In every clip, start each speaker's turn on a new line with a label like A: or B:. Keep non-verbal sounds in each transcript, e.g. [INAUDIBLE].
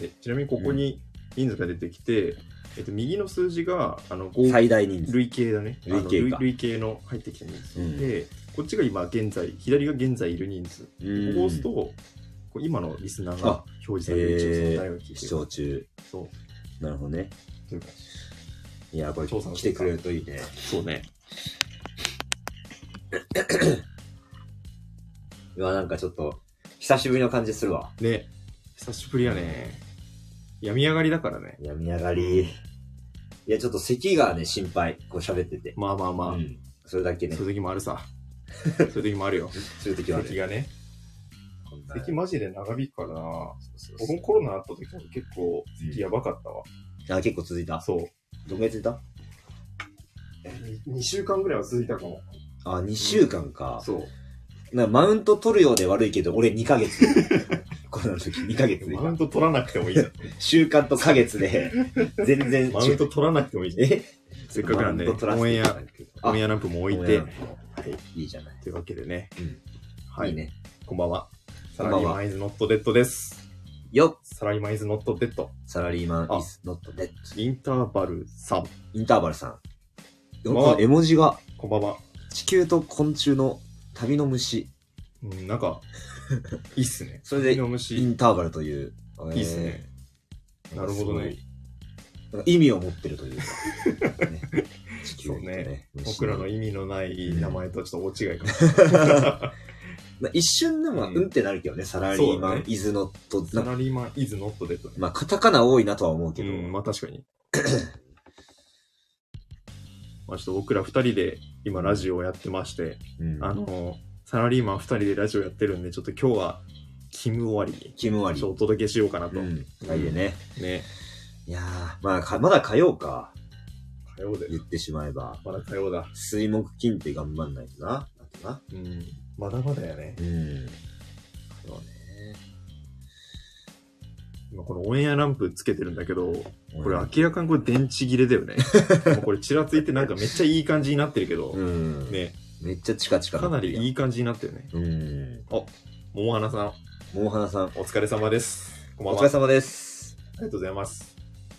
A: えちなみにここに人数が出てきて、えっと、右の数字があの
B: 最
A: 5
B: 大人数。
A: 累計だね
B: 累計か
A: あの累累計の入ってきた人数で、こっちが今現在左が現在いる人数こ
B: うん
A: こを押すとこう今のリスナーが
B: あ
A: 表示される一
B: え
A: 応その内容を
B: ー、
A: 聞いて
B: 視
A: る
B: 聴中。
A: そう
B: なるほどね。
A: というか
B: いや、これ
A: 調査の
B: 来てくれるといいね。
A: そうね
B: いや、なんかちょっと、久しぶりの感じするわ。
A: ね久しぶりやね病み上がりだからね
B: いや、見上がり。いや、ちょっと咳がね、心配。こう喋ってて。
A: まあまあまあ、
B: うん。それだけね、
A: そういう時もある
B: [LAUGHS]
A: さそういう時もあるよ
B: するときは
A: 咳
B: ね。
A: がね
B: こんな
A: 咳マジで長引くからな
B: そうそう
A: 僕
B: そう
A: もコロナあった時も結構咳やばかったわ、
B: あ、結構続いた。
A: そう
B: どんぐらい続いた
A: 2週間ぐらいは続いたかも
B: あ、2週間か。
A: そう
B: なんかマウント取るようで悪いけど、俺2ヶ
A: [LAUGHS]
B: 月。コロナの時2ヶ月で。
A: マウント取らなくてもいいじゃ [LAUGHS] ん
B: 週間とヶ
A: [LAUGHS]
B: 月で、全然違う。
A: マウント取らなくてもいいじゃん
B: え
A: せっかくなんで
B: マウント取らせていただくあ
A: オンエアランプも置い
B: オンエ
A: て
B: アランいいじゃない。
A: というわけでね、
B: うん
A: はい
B: いいね。
A: こんばんはサ
B: こん
A: ラ
B: ば
A: リ
B: んは
A: ーマンイズノットデッドです
B: よっ
A: サラリーマンイズノットデッド
B: サラリーマン
A: あ
B: is not dead.
A: インターバル3
B: インターバルさん。
A: こんばんは
B: この絵文字が、
A: こんばんは
B: 地球と昆虫の旅の虫、
A: うんなん [LAUGHS] かいいっすね
B: それで
A: の
B: イ
A: 虫
B: ンターバルという。
A: いいっすね
B: えー。
A: なるほどね
B: なんかすごい。なんか意味を持ってるというか。ね
A: [LAUGHS]
B: 地球
A: そう
B: と
A: ね
B: ね。虫
A: 僕
B: の
A: らの意味のない名前とちょっと大違 [LAUGHS] いかも、
B: まあ、一瞬でも、
A: うん
B: うんってなるけどね、サラリーマ
A: そう
B: ン
A: だね、
B: イズノット、
A: サ
B: なんか
A: ラリーマンイズノットデッドね
B: まあ、カタカナ多いなとは思うけ
A: う
B: ど、
A: んまあ確か [CLEARS THROAT] にまあちょっと僕ら2人で今ラジオをやってまして、
B: うん
A: あのサラリーマン2人でラジオやってるんでちょっと今日はキム終わり
B: キムワ
A: に
B: リ
A: ちょっ。とお届けしようかなと、
B: うん。はいでね。
A: ね
B: いやー、まあ、かまだ火曜か、
A: 火曜で
B: 言ってしまえば。
A: まだ火曜だ、
B: 水木金って頑張んないとな。あとな。
A: うん、まだまだやね
B: うん。そうね。
A: 今このオンエアランプつけてるんだけどこれ
B: は、
A: 明らかにこれ電池切れだ [LAUGHS] よねもうこれちらついてなんかめっちゃいい感じになってるけど、
B: うん。
A: ね
B: めっちゃチカチカ
A: かなりい
B: い。
A: い感じになってるね
B: うん。
A: 桃花さん
B: 桃花さん、
A: お疲れ様ですこんばん
B: お
A: は
B: 疲れ様です。
A: ありがとうございます。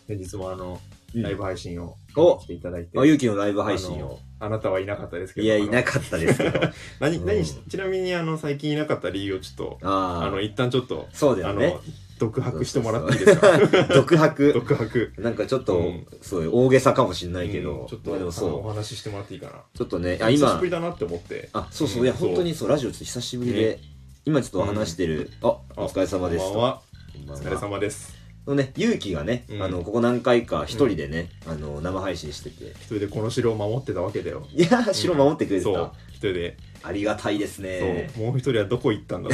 A: 先日もあの、ライブ配信を
B: お
A: していただいて、
B: あ、ゆうきのライブ配信
A: あ
B: を
A: の。あなたはいなかったですけど、
B: い
A: [LAUGHS]
B: や、
A: あの
B: いなかったですけど。う
A: 何、
B: ん
A: 何し、ちなみにあの、最近いなかった理由をちょっと、あ
B: あ
A: の、
B: あ、
A: 一旦ちょっと、
B: そうだ
A: あ
B: よね
A: の。、独白してもらっていいですか
B: 独
A: [LAUGHS]
B: 白。
A: 独白。
B: なんかちょっ
A: う
B: と
A: ん、
B: そういう大げさかもしんないけ
A: う
B: ど
A: ん、ちょっ
B: まあで
A: と
B: も
A: そのお
B: そ
A: 話ししてもらっていいかな。
B: う、ちょっとね、あ、
A: 久し
B: 今
A: ぶり、だなって思って。
B: あ、そうそう、
A: うん
B: いや、
A: そう
B: 本当にそう、ラジオちょっと久しぶりで、今ちょっとお話してる、あ、お疲れ様です。
A: ことんばんは。
B: こんば
A: お
B: んは
A: 疲れ様です。
B: のね、勇気がね、
A: うん
B: あの、ここ何回か一人でね、あの、生配信してて。
A: 一人でこの城を守ってたわけだよ。
B: いやー、城守ってくれて
A: そう
B: た。。
A: 一人で、
B: ありがたいですね。
A: そう。もう一人はどこ行ったんだ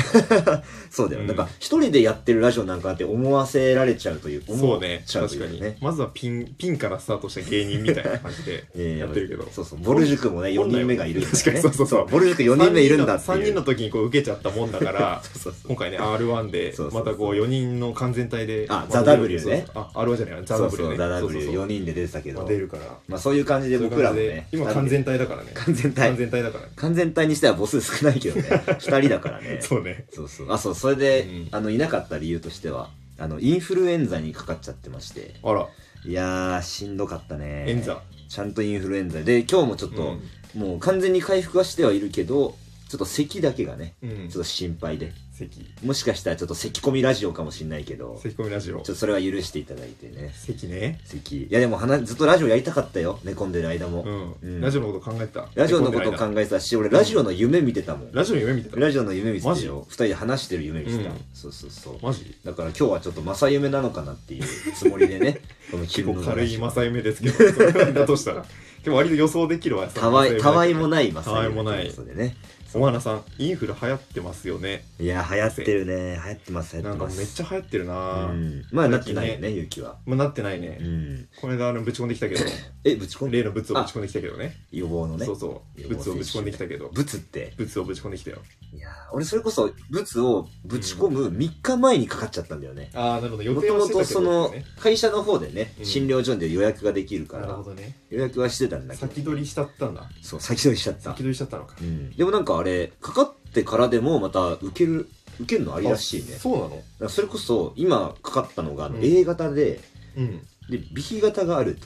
B: そうだよ。
A: うん
B: なんか、一人でやってるラジオなんかって思わせられちゃうという、
A: そ
B: 思
A: う
B: っ
A: ね、
B: ちゃうと
A: 確
B: い
A: か
B: う
A: に
B: ね。。
A: まずはピン、ピンからスタートした芸人みたいな感じで
B: えー
A: やってるけど。
B: そうそう、ボル塾もね、4人目がいるんだよね。
A: 確かにそうそうそう
B: ボル塾4人目いるんだっていう。、
A: 3人の時にこう受けちゃったもんだから
B: [LAUGHS] そうそうそう
A: 今回ね、R1 で
B: そう、そ
A: ま
B: うそう
A: たこう4人の完全体で。
B: あ
A: ま
B: THEW ね
A: そうそうあ、R1 じゃない、ザ
B: そう
A: W
B: そ
A: ね。
B: う、ザ
A: そうそうそう
B: W4 人で出てたけ
A: まあ
B: ど。
A: 出るから。
B: まあそういう感じで僕らもね。
A: そういう感じで今完全体だからね。
B: 完全
A: 完
B: 体。
A: 全体だからね。
B: 完全体にしては母数少ないけどね。2人
A: [LAUGHS]
B: だからね。
A: そうね。
B: そうそう。あ、そう、それで、
A: うん
B: あの、いなかった理由としては、あの、インフルエンザにかかっちゃってまして。
A: あら、
B: いやー、しんどかったね。
A: エンザ。
B: ちゃんとインフルエンザで、今日もちょっと、もう完全に回復はしてはいるけど、ちょっと咳だけがね、
A: うん。うん
B: ちょ。っと心配で。
A: 咳。
B: もしかしたらちょっと咳込みラジオかもしんないけど、ちょっ
A: 咳込みラジオ
B: と。それは許していただいてね。
A: 咳ね。
B: 咳。いやでも話、ずっとラジオやりたかったよ。寝込んでる間も。
A: う
B: うん
A: ん。ラジオのこと考えてた。
B: ラジオのことを
A: え
B: 考えてたし、俺ラジオの夢見てたもん。
A: ラジオの夢見てた。
B: ラジオの夢見て
A: マ
B: た
A: ジ
B: よ。二人で話してる夢見てた。
A: うん
B: そうそうそう。
A: マジ
B: だから今日はちょっと正夢なのかなっていうつもり
A: [LAUGHS]
B: でね、この気
A: 結構
B: 分の
A: 軽い
B: 話。
A: 正夢ですけど、それだとした
B: [LAUGHS]
A: ら。でも割と予想できるわ。
B: たわい、たわいも
A: な
B: ない正夢。
A: たわいもない
B: そうでね。
A: お花さん、インフル流行ってますよね。
B: いや、流行ってるね。流行ってます、流行
A: な
B: って
A: んか
B: ます。
A: めっちゃ流行ってるな、
B: うん。まあ、なってないよね、ゆうきは。
A: まあなってないうね。
B: ん。
A: この間、あの、ぶち込んできたけ [LAUGHS] ど、
B: え、ぶち込んで
A: 例のブツをぶち込んできたけどね。
B: 予防のね
A: そ。うそう。ブツをぶち込んできたけど、
B: ぶつって。
A: ブツをぶち込んできたよ。
B: いやー俺それこそ、ぶつをぶち込む3日前にかかっちゃったんだよね。
A: ああ、なるほど。予
B: も
A: 定
B: と
A: は
B: も
A: してた
B: と
A: けど
B: その
A: ね、
B: 会社の方でね、
A: うん
B: 診療所で予約ができるか
A: なる
B: ら
A: ほ、どね。
B: 予約はしてたんだけど。
A: 先取りしちゃったんだ。
B: そう、先取りしちゃった
A: 先。取りしちゃったのか
B: う。ん。でもなんかあれ、かかってからでもまた受ける受けるのありらしいねだか
A: そうなの
B: らそれこそ今かかったのがあの
A: うん
B: A 型で,、
A: うん
B: で B 型があると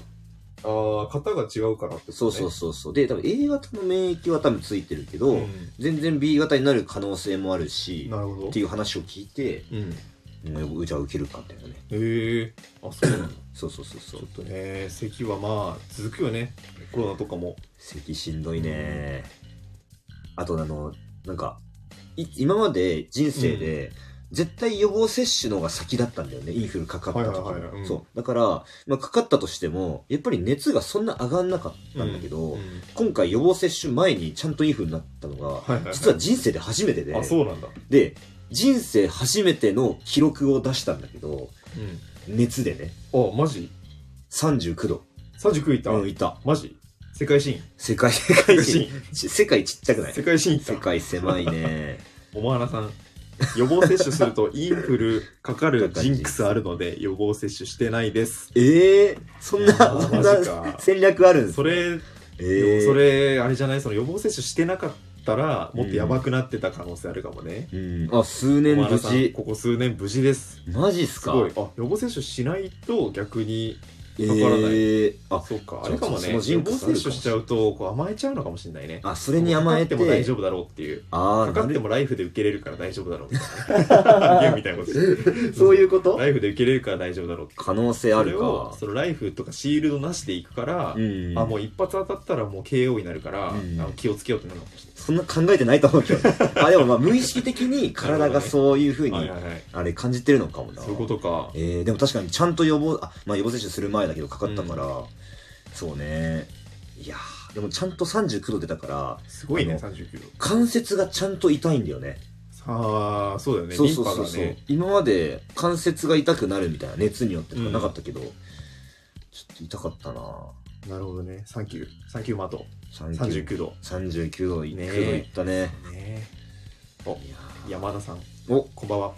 A: ああ型が違うからってこと、ね、
B: そうそうそうそうで多分 A 型の免疫は多分ついてるけど、
A: うん
B: 全然 B 型になる可能性もあるし
A: なるほど
B: っていう話を聞いて
A: うん
B: うんじゃあ受けるかみたいなね
A: へえあそうなの
B: そうそうそうそ
A: ちょ
B: う
A: っとね [COUGHS] 咳はまあ続くよねコロナとかも
B: 咳しんどいねあとあのなんかい今まで人生で、絶対予防接種の方が先だったんだよねインフルかかった時
A: はいはいはいはいうん
B: そうだから、まあ、かかったとしてもやっぱり熱がそんな上がんなかったんだけど、
A: うん
B: 今回予防接種前にちゃんとインフルになったのが、
A: はいはいはい
B: 実は人生で初めてで
A: あそうなんだ
B: で人生初めての記録を出したんだけど
A: う
B: 熱でね
A: んあマジ
B: 39度
A: サジ食いた、
B: うんいた
A: マジ世界新
B: 世界世
A: [LAUGHS]
B: 界
A: 世
B: 一世界ちっちゃくない
A: 世界新いった
B: [LAUGHS] 世界狭いね
A: おまわらさん予防接種するとインフルかかるジンクスあるので予防接種してないです
B: [LAUGHS] ええそんなそん
A: マジか
B: な戦略あるんです
A: それ、でも
B: えー
A: それあれじゃないその予防接種してなかったらもっとやばくなってた可能性あるかもね、
B: うんあ数年
A: おまわ
B: 無
A: らさん
B: 事
A: ここ数年無事です
B: マジっす
A: す
B: か
A: ごいあ予防接種しないと逆に
B: え
A: わからない
B: ーあ
A: そうか、あ
B: じゃあ
A: れかも
B: そ
A: ね。
B: のジ
A: 予
B: ンク
A: 防
B: スあるかも
A: 接種しちゃうと、こう甘えちゃうのかもしれないね。
B: あそれに甘えて
A: かかっても大丈夫だろうっていう。
B: あ
A: か
B: ー
A: か
B: な
A: っ
B: ん
A: て
B: で
A: もライフで受けれるから大丈夫だろ [LAUGHS] うみたいな。ゲームみたいなことして
B: そういうこと
A: ライフで受けれるから大丈夫だろうって。
B: 可能性あ
A: それ
B: る
A: を
B: か、
A: そのライフとかシールドなしでいくから、
B: うん
A: あ、もう一発当たったらもう KO になるから、
B: うん
A: あの気をつけようってなるのかもしれ
B: そんな考えてないと思う
A: [LAUGHS]
B: けどあでもまあ無意識的に体がそういうふう
A: ない。
B: に
A: はいはいはい。
B: あれ感じてるのかもな
A: そういうことか。
B: えー、でも確かにちゃんと予防あ、まあ、予防接種する前だけどかかったから、そうねいやーでもちゃんと39度出たから
A: すごいね、
B: あの
A: 39度。
B: 関節がちゃんと痛いんだよね
A: さあ、そうだよね。
B: そう
A: リン
B: そう
A: パ
B: そう
A: が
B: そう、
A: ね。
B: 今まで関節が痛くなるみたいな熱によってとか
A: うん
B: なかったけど、ちょっと痛かったな
A: なるほどね。サンキュー。サンキューマート。
B: 39
A: 39度。
B: 39度い
A: ね
B: 9度いったね
A: ね
B: いやー
A: 山田さん、
B: お
A: こんばんは。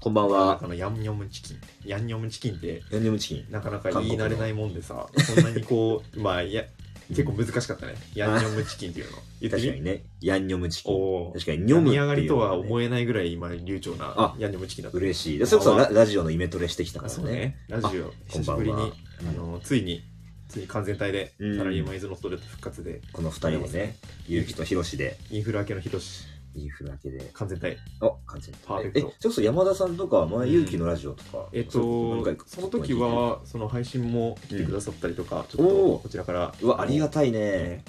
B: こんばん
A: あ
B: は
A: のヤンニョムチキンヤンニョムチキンって
B: ヤンニョムチキン
A: なかなか言い慣れないもんでさそんなにこう [LAUGHS] まあいや結構難しかったねヤンニョムチキンっていうの言って
B: [LAUGHS] 確か
A: み
B: にねヤンニョムチキン
A: おお
B: 確かに、ニョ
A: 読
B: ム
A: み
B: って
A: 上
B: いうの
A: が
B: ね、
A: りとは思えないぐらい今流暢な
B: あ
A: ヤンニョムチキンだった
B: 嬉しい。でそれこそララジオのイメトレしてきたか
A: あ
B: ら
A: そう
B: ね。
A: ねラジオ
B: こん
A: 久し
B: ばん
A: ぶ
B: は
A: りに
B: うん
A: あのついについに完全体で
B: うん
A: サラリーマンイズのストレート復活で
B: この二人でね、ゆうきとひろしで、
A: インフル明けのヒロシ
B: インフだけで、
A: 完全体
B: あ、完全に
A: パーフェクト
B: え、それこそ山田さんとかは前、
A: うん
B: ゆうきのラジオとか、
A: えっ
B: そうい
A: と
B: うこと何回か
A: その時、はその配信も来てくださったりとかちょっ
B: お
A: と
B: お
A: こちらから
B: うわ、ありがたいね
A: ね。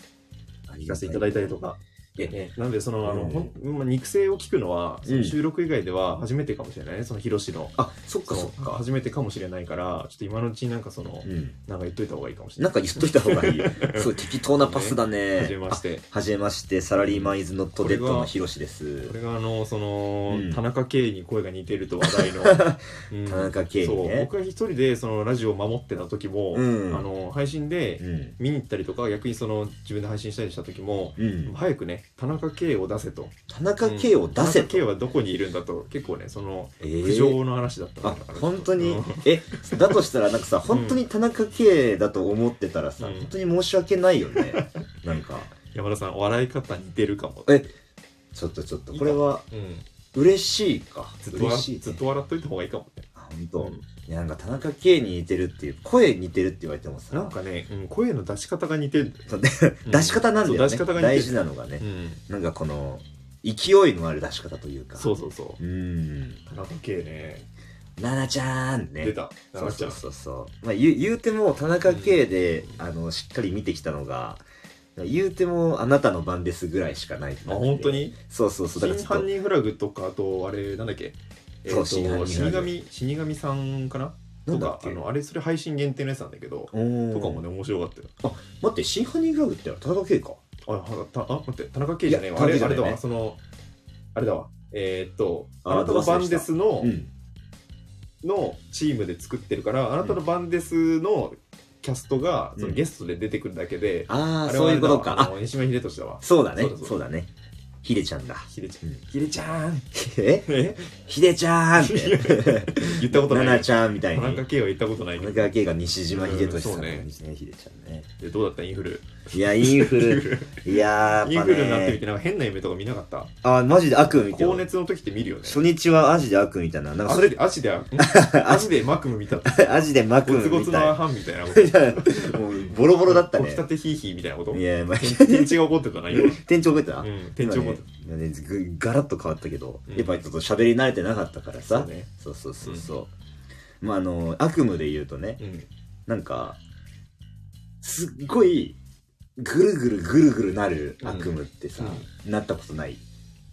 B: あり
A: 聞
B: が
A: かせ
B: た
A: ていただいたりとか、
B: え
A: ね、なのでその、あ
B: う
A: の
B: ん
A: ほんまあ肉声を聞くのは、その
B: うん
A: 収録以外では初めてかもしれないねそのヒロシの。
B: あ、そっかそ
A: そ
B: っ
A: う
B: か。
A: 初めてかもしれないからちょっと今のうちになんかその、
B: うん。
A: なんか言っといた方がいいかもしれ
B: な
A: なんい
B: か言っといた方がいい。
A: [LAUGHS]
B: そう、適当なパスだね。
A: 初めまして
B: あ。はじめまして、サラリーマンイズノットデッドのひろしです
A: こ。れがあのその、
B: うん
A: 田中圭に声が似てると話題
B: [LAUGHS]
A: の、うん
B: 田中圭に
A: そう
B: ね。
A: 僕が一人でそのラジオを守ってた時も、
B: うん
A: あの配信で
B: うん。
A: 見に行ったりとか逆にその自分で配信したりした時も、
B: うん。
A: 早くね田中圭を出せと
B: 田中圭を出
A: 田中
B: せと。
A: 圭はどこにいるんだと結構ねその
B: えー
A: 苦情の話だった
B: あ
A: んだから
B: 本当
A: う
B: に
A: ん
B: えだとしたらなんかさ本当に田中圭だと思ってたらさ、
A: うん
B: 本当に申し訳ない
A: [LAUGHS]
B: よねなんか
A: 山田さん笑い方似てるかも、
B: えちょっとちょっとこれは
A: うん、
B: 嬉しいか
A: ずっと
B: 嬉
A: 笑
B: しい、ね、
A: ずっと笑っといた方がいいかもね
B: あ本当、いやなんか田中圭に似てるっていう声似てるって言われてもさ
A: なんかね、うん、声の出し方が似てるんだよ、
B: そうで出し方なんだよね
A: そう出し方が似てる
B: 大事なのがね
A: う、ん、
B: なんかこの勢いのある出し方というか
A: そうそうそう
B: ううん
A: 田中圭ね
B: 奈々ちゃーんね
A: 出た
B: そう
A: ち
B: そ
A: ゃ
B: うんそうそう、まあ、言う言うても田中圭で、あのしっかり見てきたのが言うてもあなたの番ですぐらいしかないあ
A: あ本当に
B: そうそうそうだから
A: 真
B: ちょっ
A: 犯人フラグとかあとあれなんだっけえっ
B: そう
A: と
B: 真犯人フ
A: 死
B: ラグ
A: 神死神さんかな
B: となんだっ
A: と
B: け
A: かあのあれそれ配信限定のやつなんだけど
B: おー
A: とかもね面白かったよ
B: 待って真犯人フラグって田中圭か
A: あ、はたあ待って、田中圭じゃねえ
B: い
A: わ。
B: や
A: あれ
B: 田
A: あれ
B: 中圭じ
A: だ
B: ゃないね
A: わ、その、あれだわ。えーっと、
B: あ
A: あなたのバンデスの
B: う、ん
A: のチームで作ってるから、あなたのバンデスのキャストが、その
B: うん
A: ゲストで出てくるだけで、
B: ああ
A: れは
B: そうい
A: れ
B: う
A: だ
B: こ
A: わ
B: とか
A: あ
B: あ
A: の、西村秀俊だわ。
B: そうだね
A: そう
B: そ
A: だ
B: う
A: そうだ
B: だねヒデちゃんだ [LAUGHS]
A: ひでちゃ
B: うんん。
A: ひでちゃん
B: え
A: え
B: ヒデちゃーんって
A: 言ったことな
B: 奈々
A: い。
B: ちゃんみたい
A: 田
B: に
A: 中圭は言ったことない
B: 田
A: けど。
B: 中圭が西島秀俊さん
A: うんそうね
B: ねヒデちゃんね
A: でどうだったインフル。
B: いや、インフル。
A: [LAUGHS]
B: いやー、
A: イン
B: やっ
A: フ
B: ぱ
A: ルになってみ
B: ね。
A: てなんか変な夢とか見なかった
B: あ、マジで悪夢見て
A: 高
B: る。
A: 熱の時って見るよね
B: 初日はアジで悪夢見たな。なんか
A: ア
B: そ
A: ジ
B: れ、
A: でアジで
B: [LAUGHS]
A: んアジでマクム見たって
B: アジでマク
A: ゴツ
B: ム
A: ゴ
B: み
A: ツ
B: た
A: の
B: い
A: ア。ハンみたいなこと
B: いや [LAUGHS] もうボロボロだっ
A: [LAUGHS]
B: た
A: 起
B: ね
A: き。たてヒーヒーみたいなこと
B: いや、まあ、
A: 天地が起こってたな今
B: [LAUGHS] 店長覚えてた、
A: うん天地起こってた
B: 今ね今ねぐガラッと変わったけど、
A: うん
B: やっぱちょっと喋り慣れてなかったからさ
A: そうね
B: そうそうそうそうまああの悪夢で言うとね
A: うん
B: なんかすっごいぐるぐるぐるぐるなる悪夢ってさ、なったことない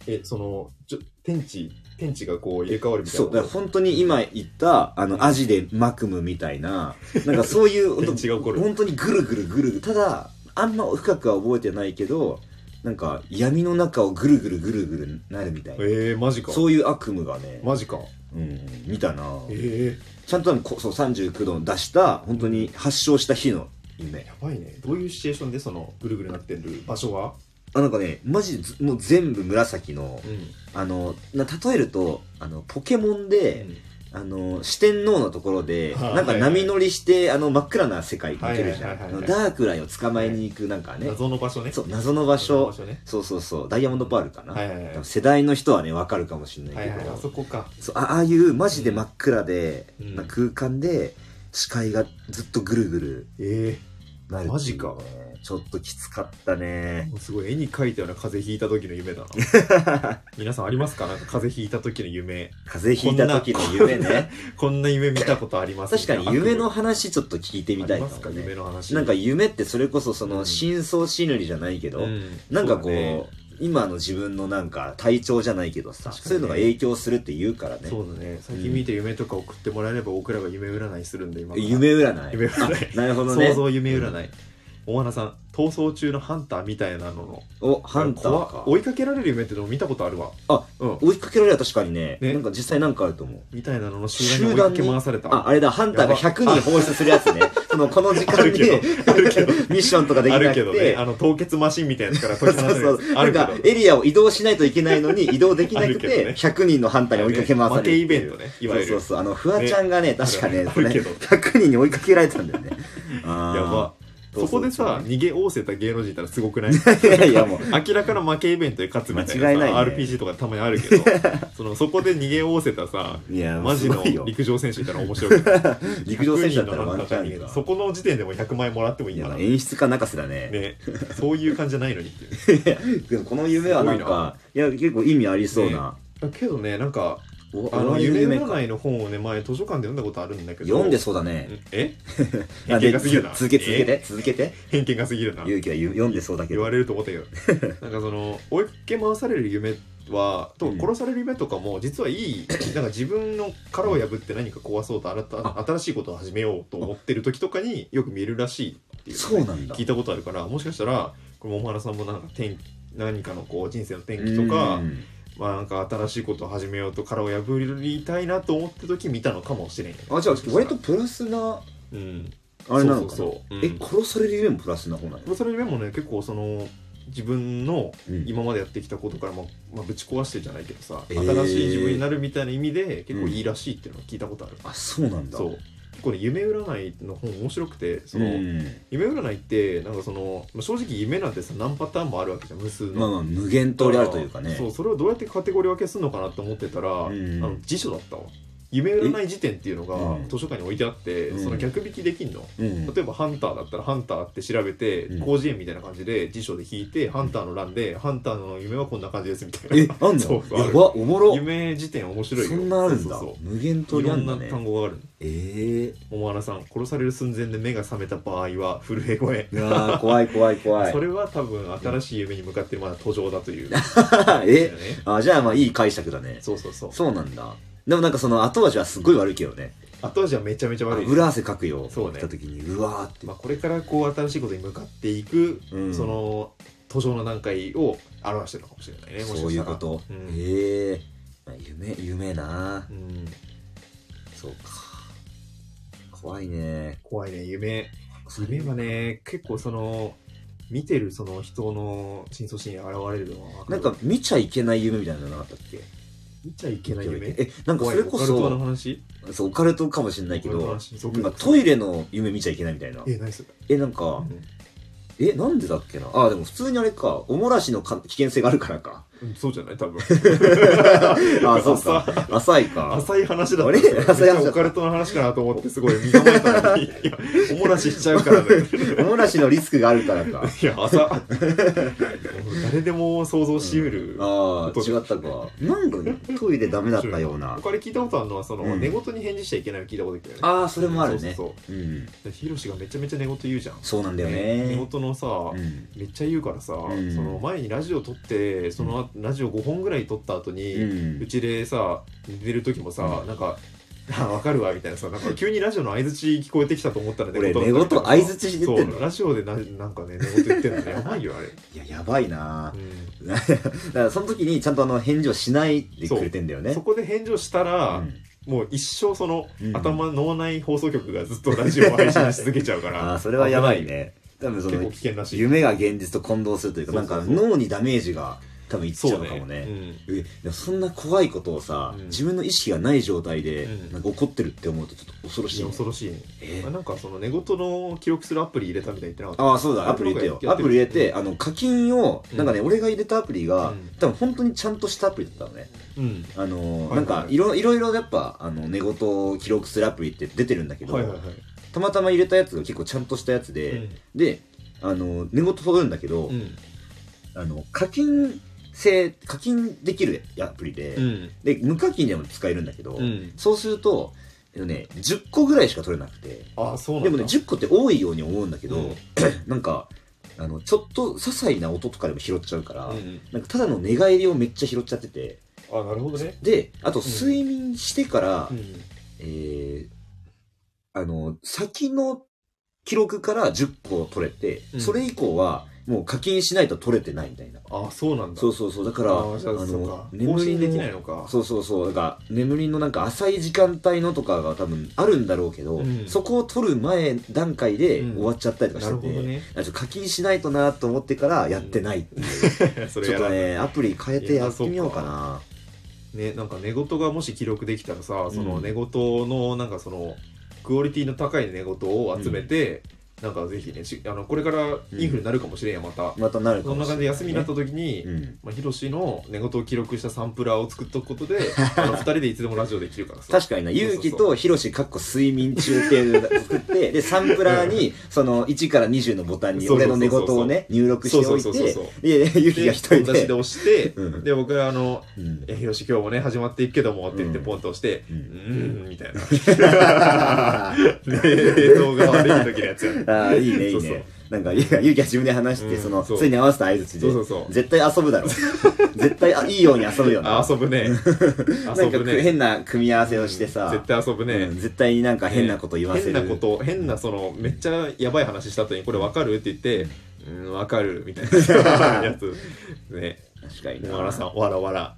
A: えそのちょ天地天地がこう入れ替わるみたい
B: そう
A: な
B: だから本当に今言ったあのアジでマクムみたいななんかそういう
A: [LAUGHS] 天地が起こる
B: 本当にぐるぐるぐるぐるただあんま深くは覚えてないけどなんか闇の中をぐるぐるぐるぐるなるみたいな
A: えー、マジか
B: そういう悪夢がね、
A: マジか
B: うん、見たな
A: え
B: ちゃんと多分こそう39度出した本当に発症した日の
A: ー、
B: 夢
A: やばいねどういうシチュエーションでそのぐるぐるなってる場所は
B: あなんかねマジでずもう全部紫の
A: うん
B: あのな例えるとあのポケモンで、あの四天王のところで
A: はい
B: なんか波乗りして、あの真っ暗な世界抜けるじゃ
A: は
B: ん
A: いはいは
B: あ
A: い
B: の
A: はい
B: ダークライを捕まえに行くなんかね、
A: 謎の場所ね
B: そう謎の場所
A: 謎のね
B: そうそうそうダイヤモンドパールかな、
A: はいはいはい
B: 多分世代の人はねわかるかもしれな
A: はいい
B: けど、
A: はいあそこか
B: そうあああいうマジで真っ暗で、
A: うん
B: な空間で視界がずっとぐるぐる
A: え
B: なるっていうね
A: マジか
B: ちょっときつかったね
A: ー、すごい絵に描いたような風邪ひいた時の夢だな
B: [LAUGHS]
A: 皆さんありますかなんか風邪ひいた時の夢
B: 風邪ひいた時の夢ね
A: [LAUGHS] こんな夢見たことあります
B: 確かに夢の話ちょっと聞いてみたい
A: あり
B: かも
A: ますか夢
B: ね
A: の話
B: なんか夢ってそれこそそ
A: うん
B: の深層心理じゃないけど、
A: うん
B: なんかこ
A: そ
B: う
A: うだね
B: 今の自分のなんか体調じゃないけどさ、
A: 確かにね
B: そういうのが影響するって言うからね
A: そうだね最近見た夢とか送ってもらえれば僕らが夢占いするんで今から
B: 夢占い
A: 夢占い
B: あなるほどね
A: 想像夢占い大花さん逃走中のハンターみたいなのの
B: おハンターか
A: 怖追いかけられる夢ってのも見たことあるわ
B: あ
A: うん
B: 追いかけられたら確かにね
A: ね
B: なんか実際なんかあると思う
A: みたいなのの集団に追いかけ回された
B: ああれだハンターが
A: やば
B: 100人放出するやつねそのこの時間
A: あるけ
B: で [LAUGHS] ミッションとかでき
A: あ
B: な
A: る
B: くて
A: けどねあの凍結マシンみたいなやつから
B: そ
A: 解
B: う
A: き放た
B: そ
A: れるや
B: う
A: つ
B: そうな
A: あ
B: ん
A: るけ
B: か
A: ど
B: エリアを移動しないといけないの
A: [LAUGHS]
B: に移動できな
A: あ
B: く
A: るけど
B: て、
A: ね
B: 100人のハンターに追いかけ回さ
A: 負
B: れ
A: け
B: る
A: イ
B: って
A: ベン
B: いう
A: トねいわゆ
B: そう
A: る
B: そうそうあのフワちゃんがね確かね
A: あるけど
B: 100人に追いかけられたんだよねあー
A: [LAUGHS] やば
B: そう
A: そ
B: そう
A: こでさ逃げおおせた芸能人いたらすごくない
B: [LAUGHS] いやいやもう
A: 明らかな負けイベントで勝つみたいな
B: 間違
A: さ
B: いないね
A: RPG とかたまにある
B: [LAUGHS]
A: けどそのそこで逃げおおせたさ
B: いや
A: マジ
B: す
A: の
B: ごいよ
A: 陸上選手いたら面白いけど
B: [LAUGHS] 陸上選手だったらワン
A: 100人のハ
B: チ
A: ンターに
B: ャン
A: 逃げ
B: だ
A: そこの時点でも100万円もらってもいい
B: い
A: んだ
B: や
A: な
B: 演出家泣かせだね
A: ねそういう感じじゃないのにっていう
B: でもこの夢はなんかいや結構意味ありそうな、
A: だけどねなんか
B: お
A: あの
B: お
A: 夢
B: か
A: 占いの本をね前図書館で読んだことあるんだけど
B: 読んでそうだね
A: ん [LAUGHS] え偏見
B: あで
A: が
B: つ
A: 過ぎるな
B: 続け続け
A: え
B: て続けて
A: 偏見が過ぎるな
B: 勇気は言う読んでそうだけ
A: 言
B: ど
A: われると思っ
B: [LAUGHS]
A: たけどなんかその追いかけ回される夢はと
B: うん
A: 殺される夢とかも実はい
B: [LAUGHS]
A: いなんか自分の殻を破って何か壊そうと新た新しいことを始めようと思ってる時とかによく見えるらしいっていうのをね
B: そうなんだ
A: 聞いたことあるからもしかしたらこれ桃原さんもなんか天何かのこう人生の転機とか、
B: うん
A: まあ、なんか新しいことを始めようと殻を破りたいなと思った時見たのかもしれんよね
B: あじゃあ割とプラスな
A: うん
B: あれなのかな
A: そうそうそううん
B: え殺される夢もプラスな方なの
A: 殺される夢もね結構その自分の
B: うん
A: 今までやってきたことから、まあまあ、ぶち壊してじゃないけどさ、
B: えー
A: 新しい自分になるみたいな意味で結構いいらしいっていうのを聞いたことある、
B: あそうなんだ
A: そう結構ね夢占いの本面白くてその、
B: うん
A: 夢占いってなんかそのまあ正直夢なんてさ何パターンもあるわけじゃん無数の、
B: まあまあ無限通りあるというかね
A: そうそれをどうやってカテゴリー分けするのかなと思ってたら、
B: ん
A: あの辞書だったわ夢占い辞典っていうのが
B: え
A: 図書館に置いてあって、
B: うん
A: その逆引きできんの、
B: うん
A: 例えばハンターだったらハンターって調べて
B: うん
A: 広辞苑みたいな感じで辞書で引いて、ハンターの欄でハンターの夢はこんな感じですみたい
B: え
A: な
B: あん
A: そうそう
B: のやばおも
A: [LAUGHS]
B: ろ
A: 夢辞典面白いよ
B: そんなあるん
A: そう
B: だ
A: そう
B: 無限
A: そう
B: 通
A: い
B: りあ
A: ろ
B: るん
A: ん
B: だ
A: な
B: ね
A: 単語がある
B: え
A: 桃原さん殺される寸前で目が覚めた場合は震え声
B: えいやー怖い怖い怖い
A: それは多分新しい夢に向かってまだ途上だという
B: [LAUGHS] え
A: ね
B: あじゃあまあいい解釈だね
A: そうそうそう
B: そうなんだでもなんかその後味はすごい悪いけどね
A: 後味はめちゃめちゃ悪い
B: 油汗かくよ
A: そうね
B: 来た時にうわーって
A: まあ、これからこう新しいことに向かっていく、
B: うん
A: その途上の段階を表してるのかもしれないねもしかしたら
B: そういうこと
A: うん
B: へえまあ夢夢な
A: うん
B: そうか怖いね
A: 怖いね夢夢はね結構その見てるその人の深層心理が現れるのは分
B: な
A: る
B: んか見ちゃいけない夢みたいなのなかったっけ
A: 見ちゃいけない夢
B: えなんかそれこ
A: 怖いオカルトの
B: そ
A: 話
B: そうオカルトかもしれないけ
A: オカルトの
B: ど
A: 話そ
B: なんか
A: う
B: トイレの夢見ちゃいけないみたいな
A: え何それ
B: えなんか
A: うん
B: え、なんでだっけなあ、でも普通にあれか。おもらしのか危険性があるからか。
A: うんそうじゃない多分
B: あ、そうか。浅いか。
A: [LAUGHS] 浅い話だった
B: あれ
A: それ
B: 浅い話だっ
A: めっ
B: た
A: ちゃオカルトの話かなと思ってすごい身構えた
B: [LAUGHS]
A: のにいやおもらししちゃうからね
B: おもらしのリスクがあるからか。
A: いや浅もう [LAUGHS] 誰でも想像しうる、
B: ああ、違ったか。なんかトイレダメだったような。
A: 他に聞いたことあるのはその、
B: うん
A: 寝言に返事しちゃいけないの聞いたことあるけどね
B: ああ、それもあるね。
A: そうそう
B: うん。
A: そうでヒロシがめちゃめちゃ寝言言うじゃん
B: そうなんだよ
A: ね
B: ね
A: 寝。言のさ、
B: うん。
A: めっちゃ言うからさ、
B: うん
A: その前にラジオ撮ってそのラジオ5本ぐらい撮った後に、
B: う。
A: うんちでさ寝てる時もさ、
B: うん
A: なんか「あわかるわ」みたいなさなんか急にラジオの相づち聞こえてきたと思ったら
B: 俺、寝
A: だ
B: 言
A: った
B: 相づちしてってん
A: そう
B: の
A: ラジオでななんかね寝言言ってんのねやばいよあれ、
B: いや、やばいな
A: う
B: だから、その時にちゃんとあの、返事をしないでくれてんだよ
A: ん
B: ね
A: そ。こで返事をしたら、
B: うん
A: もう一生その、
B: うん
A: 頭脳内放送局がずっとラジオを配信し続けちゃうから
B: [LAUGHS] ああ、それはやばいね。多分そ
A: 結
B: の
A: 構危、険らしい
B: 夢が現実と混同するというか、
A: そ
B: な
A: うんそう
B: か
A: そう
B: 脳にダメージが多分いっちゃ
A: そうう
B: の
A: ね
B: かもね。
A: うん
B: えでもそんな怖いことをさ、
A: うん
B: 自分の意識がない状態で、
A: うん
B: なんか怒ってるって思うとちょっと恐ろし
A: い
B: い,、
A: や
B: ね
A: 恐ろしいね、
B: え
A: あなんかその寝言の記録するアプリ入れたみたいに言ってなかった
B: ああそうだアプリ入れてよアプリ入れて、
A: う
B: あの課金を
A: うん
B: なんかね、俺が入れたアプリが、
A: うん
B: 多分本当にちゃんとしたアプリだったのね
A: うん
B: あのー
A: はい
B: なんかいろいろいろやっぱあの寝言を記録するアプリって出てるんだけど、
A: はいはいはい、
B: たまたま入れたやつが結構ちゃんとしたやつで、であの寝言取るんだけど、
A: うん
B: あの課金制課金できるアプリで、
A: うん
B: で無課金でも使えるんだけど、
A: うん
B: そうすると、えっとね、10個ぐらいしか取れなくて、
A: あそうなん
B: で
A: だ
B: もね、10個って多いように思うんだけど、
A: うん
B: なんか、あの、ちょっと些細な音とかでも拾っちゃうから、
A: うん
B: なんかただの寝返りをめっちゃ拾っちゃってて、
A: あなるほどね
B: で、あと
A: ん
B: 睡眠してから、
A: うん
B: えー、あの、先の記録から10個取れて、
A: うん
B: それ以降はもう課金しないと取れてないみたいな。
A: あそうなんだ
B: そううそうそう、だから、
A: あじゃあそうか更
B: 眠り
A: 新
B: の
A: できないのか
B: そうそうそうだから眠りのなんか浅い時間帯のとかが多分あるんだろうけど、
A: うん
B: そこを取る前段階で
A: うん
B: 終わっ [LAUGHS] ちゃったりとかし
A: な
B: て
A: る
B: て、
A: ほどね
B: あちょっと課金しないとなと思ってからやってないっていう、
A: それ
B: ちょ
A: や
B: っと
A: らね
B: ねアプリ変えてやってみようか
A: い
B: な
A: ねなんか寝言がもし記録できたらさその
B: うん
A: 寝言のなんかそのクオリティの高い寝言を集めて、なんかぜひねしあのこれからインフルになるかもしれんやまた、
B: またなるか
A: そんな
B: も
A: 感
B: しれない、
A: じで休みになった時に、
B: うん、
A: まあ、ヒロシの寝言を記録したサンプラーを作っとくこと
B: [LAUGHS]
A: であの2人でいつでもラジオできるからさ
B: 確かにな、勇気とヒロシかっこ睡眠中っていうのを作って、で、サンプラーに、その、1から20のボタンに、俺の寝言をね、入力しておい
A: そうそうそう
B: て
A: そう、
B: で、勇気
A: で
B: が一人
A: ポン出しで
B: で、
A: 押して、
B: うん
A: で僕があの
B: う
A: 「
B: ん
A: えヒロシ今日もね始まっていくけども」って言って
B: うん
A: ポンと押して「
B: う
A: うんん」ん、みた
B: [LAUGHS]
A: いな冷凍が悪い時のやつやね
B: ああ、いいね、いい
A: [LAUGHS] そ
B: ね。
A: うそう
B: なんか、ゆゆうきは自分で話して、
A: うん
B: その、
A: そう
B: ついに合わせた相づちで。
A: そうそうそう
B: 絶対
A: [LAUGHS]
B: 遊ぶだろ。絶対あいいように遊ぶよ
A: あ
B: [LAUGHS] な。
A: 遊ぶね
B: な
A: 遊
B: んか
A: ぶ
B: く
A: ね
B: 変な組み合わせをしてさ、
A: 絶対遊ぶね、
B: うん絶対になんか変なこと言わせ
A: 変
B: る。
A: なこと変なそのめっちゃやばい話した後に「これわかる?」って言って「うんわかる」みたい
B: [LAUGHS]
A: なやつね
B: 確かにな。
A: 山田さんわらわら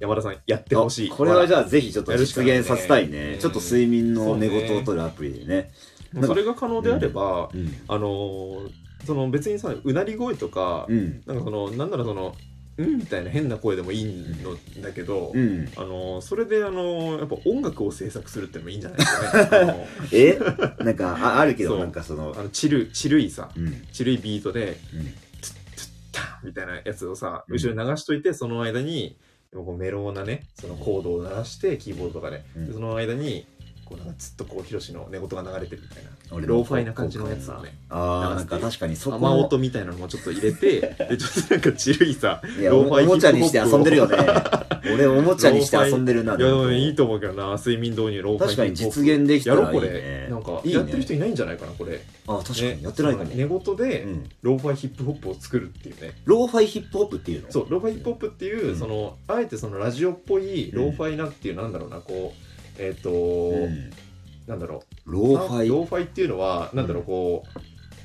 A: 山田さんやってほしい
B: あこれはじ
A: ゃ
B: ゃあぜひちょっと実現させたいね。
A: やるしかないね
B: ちょっと睡眠の
A: うん
B: 寝言を取るアプリでね。なんか
A: それが可能であれば、
B: うん。
A: あのーその別にさうなり声とか、
B: うん。
A: なんかそのなんならその「うん」みたいな変な声でもいいのだけど、
B: うん。
A: あのーそれであのーやっぱ音楽を制作するってのもいいんじゃないですか
B: [LAUGHS]
A: ね
B: えなんか、ああるけ
A: そ
B: ど、
A: う
B: なんかそ
A: あ
B: の
A: の、あのチルチルいさ
B: うん。
A: チルいビートで
B: うん
A: 「タン!」みたいなやつをさ
B: うん
A: 後ろに流しといてその間にこうメローなねそのコードを鳴らしてキーボードとかで,、
B: うん
A: でその間にこうなんかずっとこうヒロシの寝言が流れてるみたいな
B: 俺の
A: ローファイな感じのやつをね
B: ああ、なんか確かにそこ
A: 雨
B: も
A: 音みたいなのもちょっと入れ
B: [LAUGHS]
A: てでちょっとなんかチルいさ
B: いや、
A: ロ
B: お
A: ーファイ
B: もちゃにして遊んでるよね。俺、おもちゃにして
A: ローファイ
B: 遊んでるな。
A: いやでもねいいと思うけどな睡眠導入ローファイ
B: 確かに
A: ヒップホ
B: 実
A: ップ
B: 現できた
A: やろ
B: ら
A: う
B: いい
A: こ
B: ね
A: れ。なんか
B: いいね
A: やってる人いないんじゃないかなこれ
B: あ、確かにやってないかも。
A: ね寝言
B: う
A: で
B: ん
A: ローファイヒップホップを作るっていうね
B: ローファイヒップホップっていうの
A: そうローファイヒップホップっていう、
B: うん
A: そのあえてそのラジオっぽいローファイなっていう、なんだろうなこうえっ、と、
B: うん
A: なんだろ
B: ロ
A: う
B: ーファイ。
A: ローファイっていうのはなんだろうこう、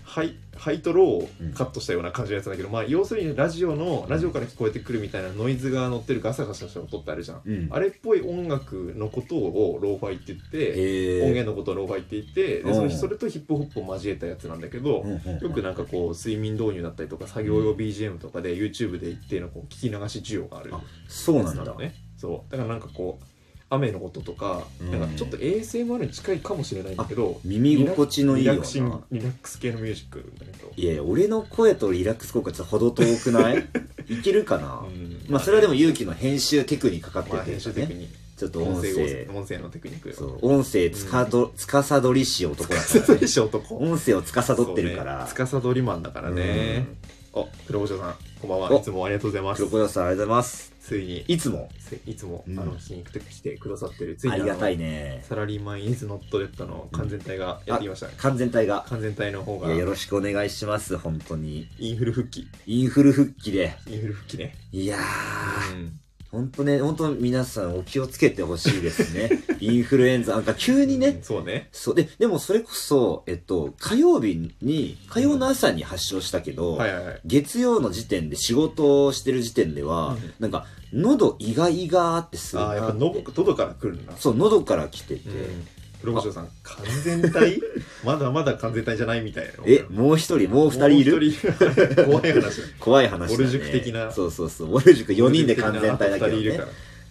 A: ハイハイとローを
B: うん
A: カットしたような感じのやつだけど、まあ要するにラジオのラジオから聞こえてくるみたいなノイズが乗ってるガサガサした音ってあるじゃん、
B: うん
A: あれっぽい音楽のことをローファイって言って、
B: へー
A: 音源のことをローファイって言ってでそ
B: うん
A: れそれとヒップホップを交えたやつなんだけど、
B: うんうんうん
A: よくなんかこう睡眠導入だったりとか作業用 BGM とかで YouTube で一定のこう聞き流し需要がある
B: あそう
A: や
B: な
A: つ
B: ん
A: な
B: だ
A: の。ねそうだからなんかこう雨の音とか,、
B: うん
A: なんかちょっと ASMR に近いかもしれないんだけど
B: 耳心地のいい
A: リラ
B: よ
A: クシング
B: な
A: リラックス系のミュージックなんだけど、
B: いやいや俺の声とリラックス効果ちょっと程遠くない
A: [LAUGHS]
B: いけるかな、
A: うん
B: まあそれはでも勇気の編集テクにかかって
A: ま
B: る
A: あ
B: とい
A: 編
B: うか
A: 集的
B: ね
A: に
B: ちょっと音
A: 音声
B: 声
A: 音声のテクニックよ
B: そう音声つかど、つかさどりし男だか
A: 司
B: ら、ね、
A: し男
B: 音声をつかさどってるから、
A: そうね司どりマンだからね
B: うん
A: あ黒お嬢さんこんばん
B: お
A: はいつもありがとうございます
B: 黒子屋さんありがとうございます
A: ついに
B: いつも
A: せいつも、
B: うん
A: あの皮肉と来てくださってるついに
B: あ
A: あの
B: りがたいね
A: サラリーマンイズノットレッドの完全体がやってきましたね、
B: 完全体が
A: 完全体の方
B: い
A: が
B: やよろしくお願いします本当に
A: インフル復帰
B: インフル復帰で
A: インフル復帰ね、
B: いやー
A: うん
B: 本当ね本当皆さんお気をつけてほしいです
A: [LAUGHS]
B: ねインフルエンザなんか急にね、
A: うんそうね
B: そうででもそれこそ、えっと、火曜日に火曜の朝に発症したけど、
A: はいはいはい
B: 月曜の時点で仕事をしてる時点では、
A: うん
B: なんか喉イガイガーってす
A: あ
B: る
A: ーやっぱ
B: なって
A: 喉喉から来るんだ
B: そう喉から来て
A: う
B: て、
A: ん黒部長さん完全
B: [LAUGHS]
A: 体まだまだ完全体じゃないみたいな
B: えもう一人もう二人いる
A: もう一人 [LAUGHS] 怖い話
B: 怖い話だ、ね、
A: ぼる塾的な
B: そうそうそうぼる塾4人で完全体だけ
A: 二人
B: ど
A: いるか
B: ね
A: ら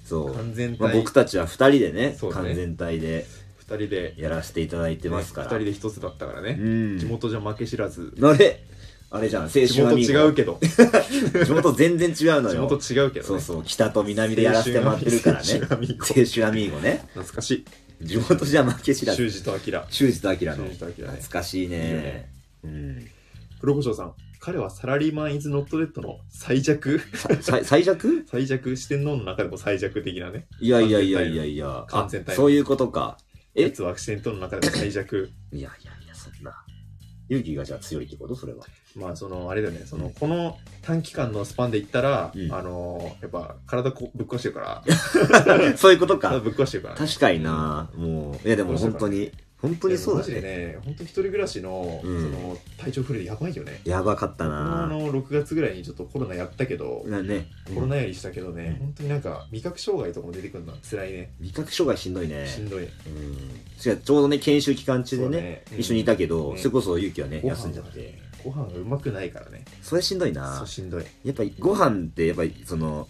B: そう、
A: 完全体、
B: まあ、僕たちは2人でね
A: そうだね
B: 完全体で
A: 二人で
B: やらせていただいてますから、
A: 二人で一つだったからね、
B: うん
A: 地元じゃ負け知らず
B: あれあれじゃん青春
A: 地
B: は
A: 元違うけど
B: 地元全然違うの
A: 地
B: よ
A: 元違うけど、ね、
B: そうそう北と南でやらせてもらってるからね
A: 青春アミーゴ
B: 青春アミーゴね
A: 懐かしい
B: 地元じゃ負け知らず
A: 修二と明
B: 修二と明の
A: 修二と明ね
B: 懐かしい
A: いいよ
B: ね
A: ね
B: うん
A: 黒胡椒さん彼はサラリーマン・イズ・ノット・レッドの最弱 [LAUGHS]
B: さ最弱
A: 最弱四天王の中でも最弱的なね
B: いやいやいやいやいや
A: 完全体
B: あそういうことかえ
A: やつは四天王の中でも最弱
B: いやいやいやそんな勇気がじゃあ強いってことそれは [LAUGHS]
A: まあそのあれだよねそのこの短期間のスパンでいったら、
B: うん
A: あのーやっぱ体こぶっ壊してるから
B: そういうこと
A: 体
B: か
A: ぶっ壊してるから
B: 確かになもういやでも本当に本当にそうだ
A: いやマジで
B: ね
A: ね本当一人暮らしの,、
B: うん
A: その体調不良でやばいよね
B: やばかった
A: 僕もあ
B: な
A: の6月ぐらいにちょっとコロナやったけど、
B: なね
A: コロナよりしたけどね、
B: うん
A: 本当になんか味覚障害とかも出てくるのは辛いね、
B: 味覚障害しんどいね
A: しんどい
B: うんしかもちょうどね研修期間中で
A: そう
B: ね
A: ねうん
B: 一緒にいたけど、
A: うん
B: それこそゆうきはね
A: ご飯
B: 休んじゃって
A: ご飯がうまくないからね
B: それしんどい
A: そ
B: な
A: うしん
B: [LAUGHS]
A: どい
B: やっぱりご飯ってやっぱりその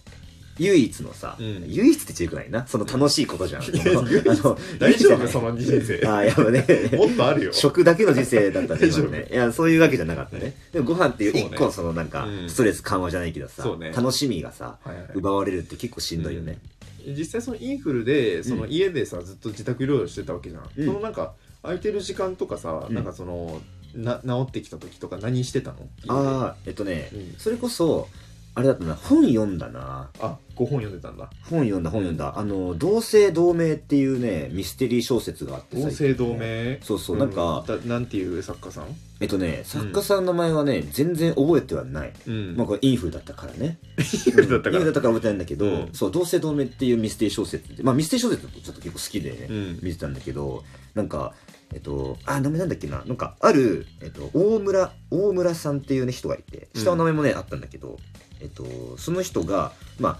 B: 唯一のさ、
A: うん
B: 唯一って強くないなその楽しいこと
A: [LAUGHS]
B: じゃん、
A: うん
B: そのあの
A: 大丈夫
B: 唯一じゃ
A: そ
B: ない
A: の人生
B: あーやっぱね
A: [LAUGHS] もっとあ
B: [LAUGHS]
A: るよ
B: 食だけの人生だったね
A: 大丈
B: 今
A: 夫
B: のねいやそういうわけじゃなかったねでもご飯っていう
A: そう
B: 一
A: ね
B: 個のそのなんか
A: うん
B: ストレス緩和じゃないけどさ、
A: そうね
B: 楽しみがさ
A: はいはい
B: 奪われるって結構しんどいよね、
A: 実際そのインフルでその家でさずっと自宅療養してたわけじゃん、
B: うん
A: そのなんか空いてる時間とかさ、
B: うん
A: なんかそのな治ってきた時とか何してたの
B: ああえっとね、
A: うん
B: それこそあれだったな本読んだな
A: あ5本読んでたんだ
B: 本読んだ本読んだあの「同姓同名」っていうねミステリー小説があって
A: 同姓
B: 最近ね
A: 同名
B: そうそうなんか、
A: だなんていう作家さん
B: えっとね作家さんの名前はね全然覚えてはない、
A: うん [LAUGHS]
B: まあこれインフルだったからね
A: インフルだった
B: イ
A: か
B: ンフルだ
A: ら
B: ったから覚えてないんだけど、
A: うん
B: そう「同姓同名」っていうミステリー小説でまあミステリー小説ちょっと結構好きでね、
A: うん
B: 見てたんだけどなんかえっとあ名前なんだっけななんかある、えっと、大村大村さんっていうね人がいて下の名前もね、あったんだけどえっとその人がまあ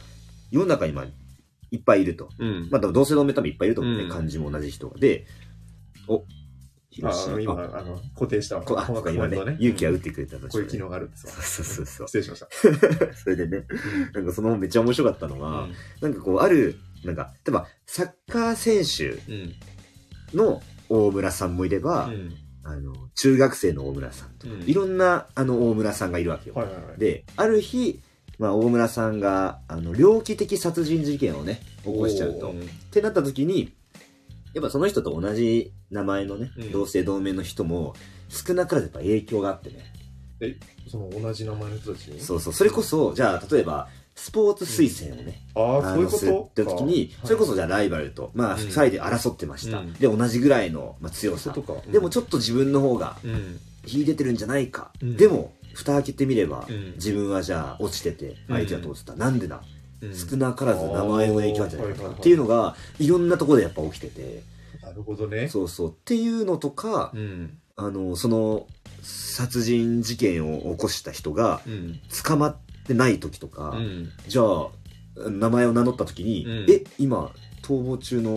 B: 世の中にまあいっぱいいると
A: うん
B: まあ、でも同姓同名多分いっぱいいると思うね、
A: うん
B: 漢字も同じ人が。で、お、
A: あ
B: 東
A: あの今あの固定したわ
B: こあ、そうか、
A: コメ
B: 今
A: ントを
B: ね、勇気は打
A: う
B: っ
A: ん
B: てくれたと
A: こういう機能があるんですわ
B: そうそうそう
A: 失
B: そ
A: 礼しました
B: う。それでね、なんかそのめっちゃ面白かったのが、なんかこう、ある、なんか、例えば、サッカー選手
A: うん
B: の大村さんもいれば、
A: うん
B: あの、中学生の大村さんとか、
A: うん
B: いろんな、あの、大村さんがいるわけよ。
A: はいはいはい
B: で、ある日、まあ、大村さんが、あの、猟奇的殺人事件をね、起こしちゃうと。
A: ん
B: ってなった時にやっぱその人と同じ名前のね、
A: うん
B: 同姓同名の人も少なからずやっぱ影響があってね、
A: その同じ名前の人たちに
B: そうそうそれこそじゃあ例えばスポーツ推薦をね、
A: ああそ
B: あ
A: うい
B: の
A: うこ
B: する
A: と
B: って時に
A: か
B: それこそ
A: はい
B: じゃあライバルとまあ
A: うん
B: 2人で争ってました、
A: うん
B: で同じぐらいの、まあ、強
A: そ
B: さ
A: ういうことか
B: でも
A: ょ
B: ちょっと自分の方が
A: っとうん
B: 秀でてるんじゃないか、
A: うん
B: でも蓋開けてみれば、
A: うん
B: 自分はじゃあ落ちてて相手が通ってた、なんでだ
A: うん
B: 少なからず名前の影響なんじゃないか
A: あーはいはいはい
B: っていうのがいろんなところでやっぱ起きてて
A: なるほどね
B: そうそうっていうのとか、
A: うん
B: あのその殺人事件を起こした人が
A: うん
B: 捕まってない時とか、
A: うん
B: じゃあ名前を名乗った時に、
A: うん
B: え今逃亡中の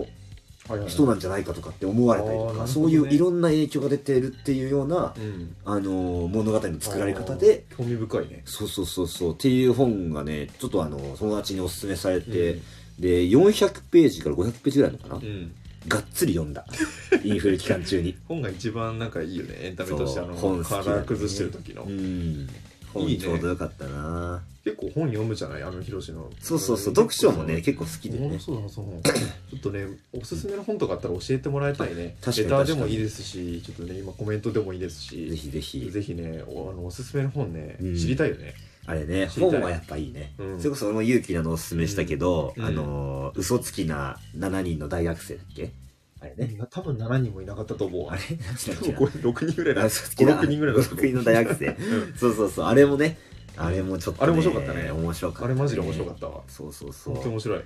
A: はいはいはい
B: 人なんじゃないかとかって思われたりと
A: あー
B: か、
A: なるほどね
B: そういういろんな影響が出てるっていうような、
A: うん
B: あの物語の作られ方で
A: あー興味深いね
B: そうそうそうそうっていう本がねちょっとあの友達におすすめされて、
A: うん
B: で400ページから500ページぐらいあるのかな、
A: うん、
B: がっつり読んだ
A: [LAUGHS]
B: インフル期間中に
A: 本が一番なんかいいよねエンタメとしてあの
B: そう本好きだね
A: 殻崩してる時の、
B: うん本
A: いいね
B: ちょうどよかったな
A: 結構本読むじゃない阿部寛の
B: そうそうそう読書もね結構好きで
A: 面
B: ね
A: 白そうだなそ
B: [COUGHS]
A: のちょっとねおすすめの本とかあったら教えてもらいたいね
B: 確かに
A: レターでもいいですしちょっとね今コメントでもいいです
B: ぜ
A: し
B: ひぜひ
A: ぜひねおあのおすすめの本ね、
B: うん
A: 知りたいよね
B: あれね
A: 知りたい
B: 本はやっぱいいね、
A: うん
B: それこそ俺も勇気なのおすすめしたけど、
A: うん
B: あのー嘘つきな7人の大学生だっけあれね、
A: 多分7人もいなかったと思う
B: あれなんだ
A: 多
B: っ
A: 分
B: け
A: これ6人ぐらいだ
B: あ嘘つきな
A: 56人ぐらいだと
B: 5 6人の大学生
A: うん
B: そうそうそうあれもねあれもちょっと、
A: あ
B: ね、
A: れ面白かったね
B: 面白かった、
A: あれマジで面白かったわ
B: そうそうそ
A: 本当に
B: う
A: 面白い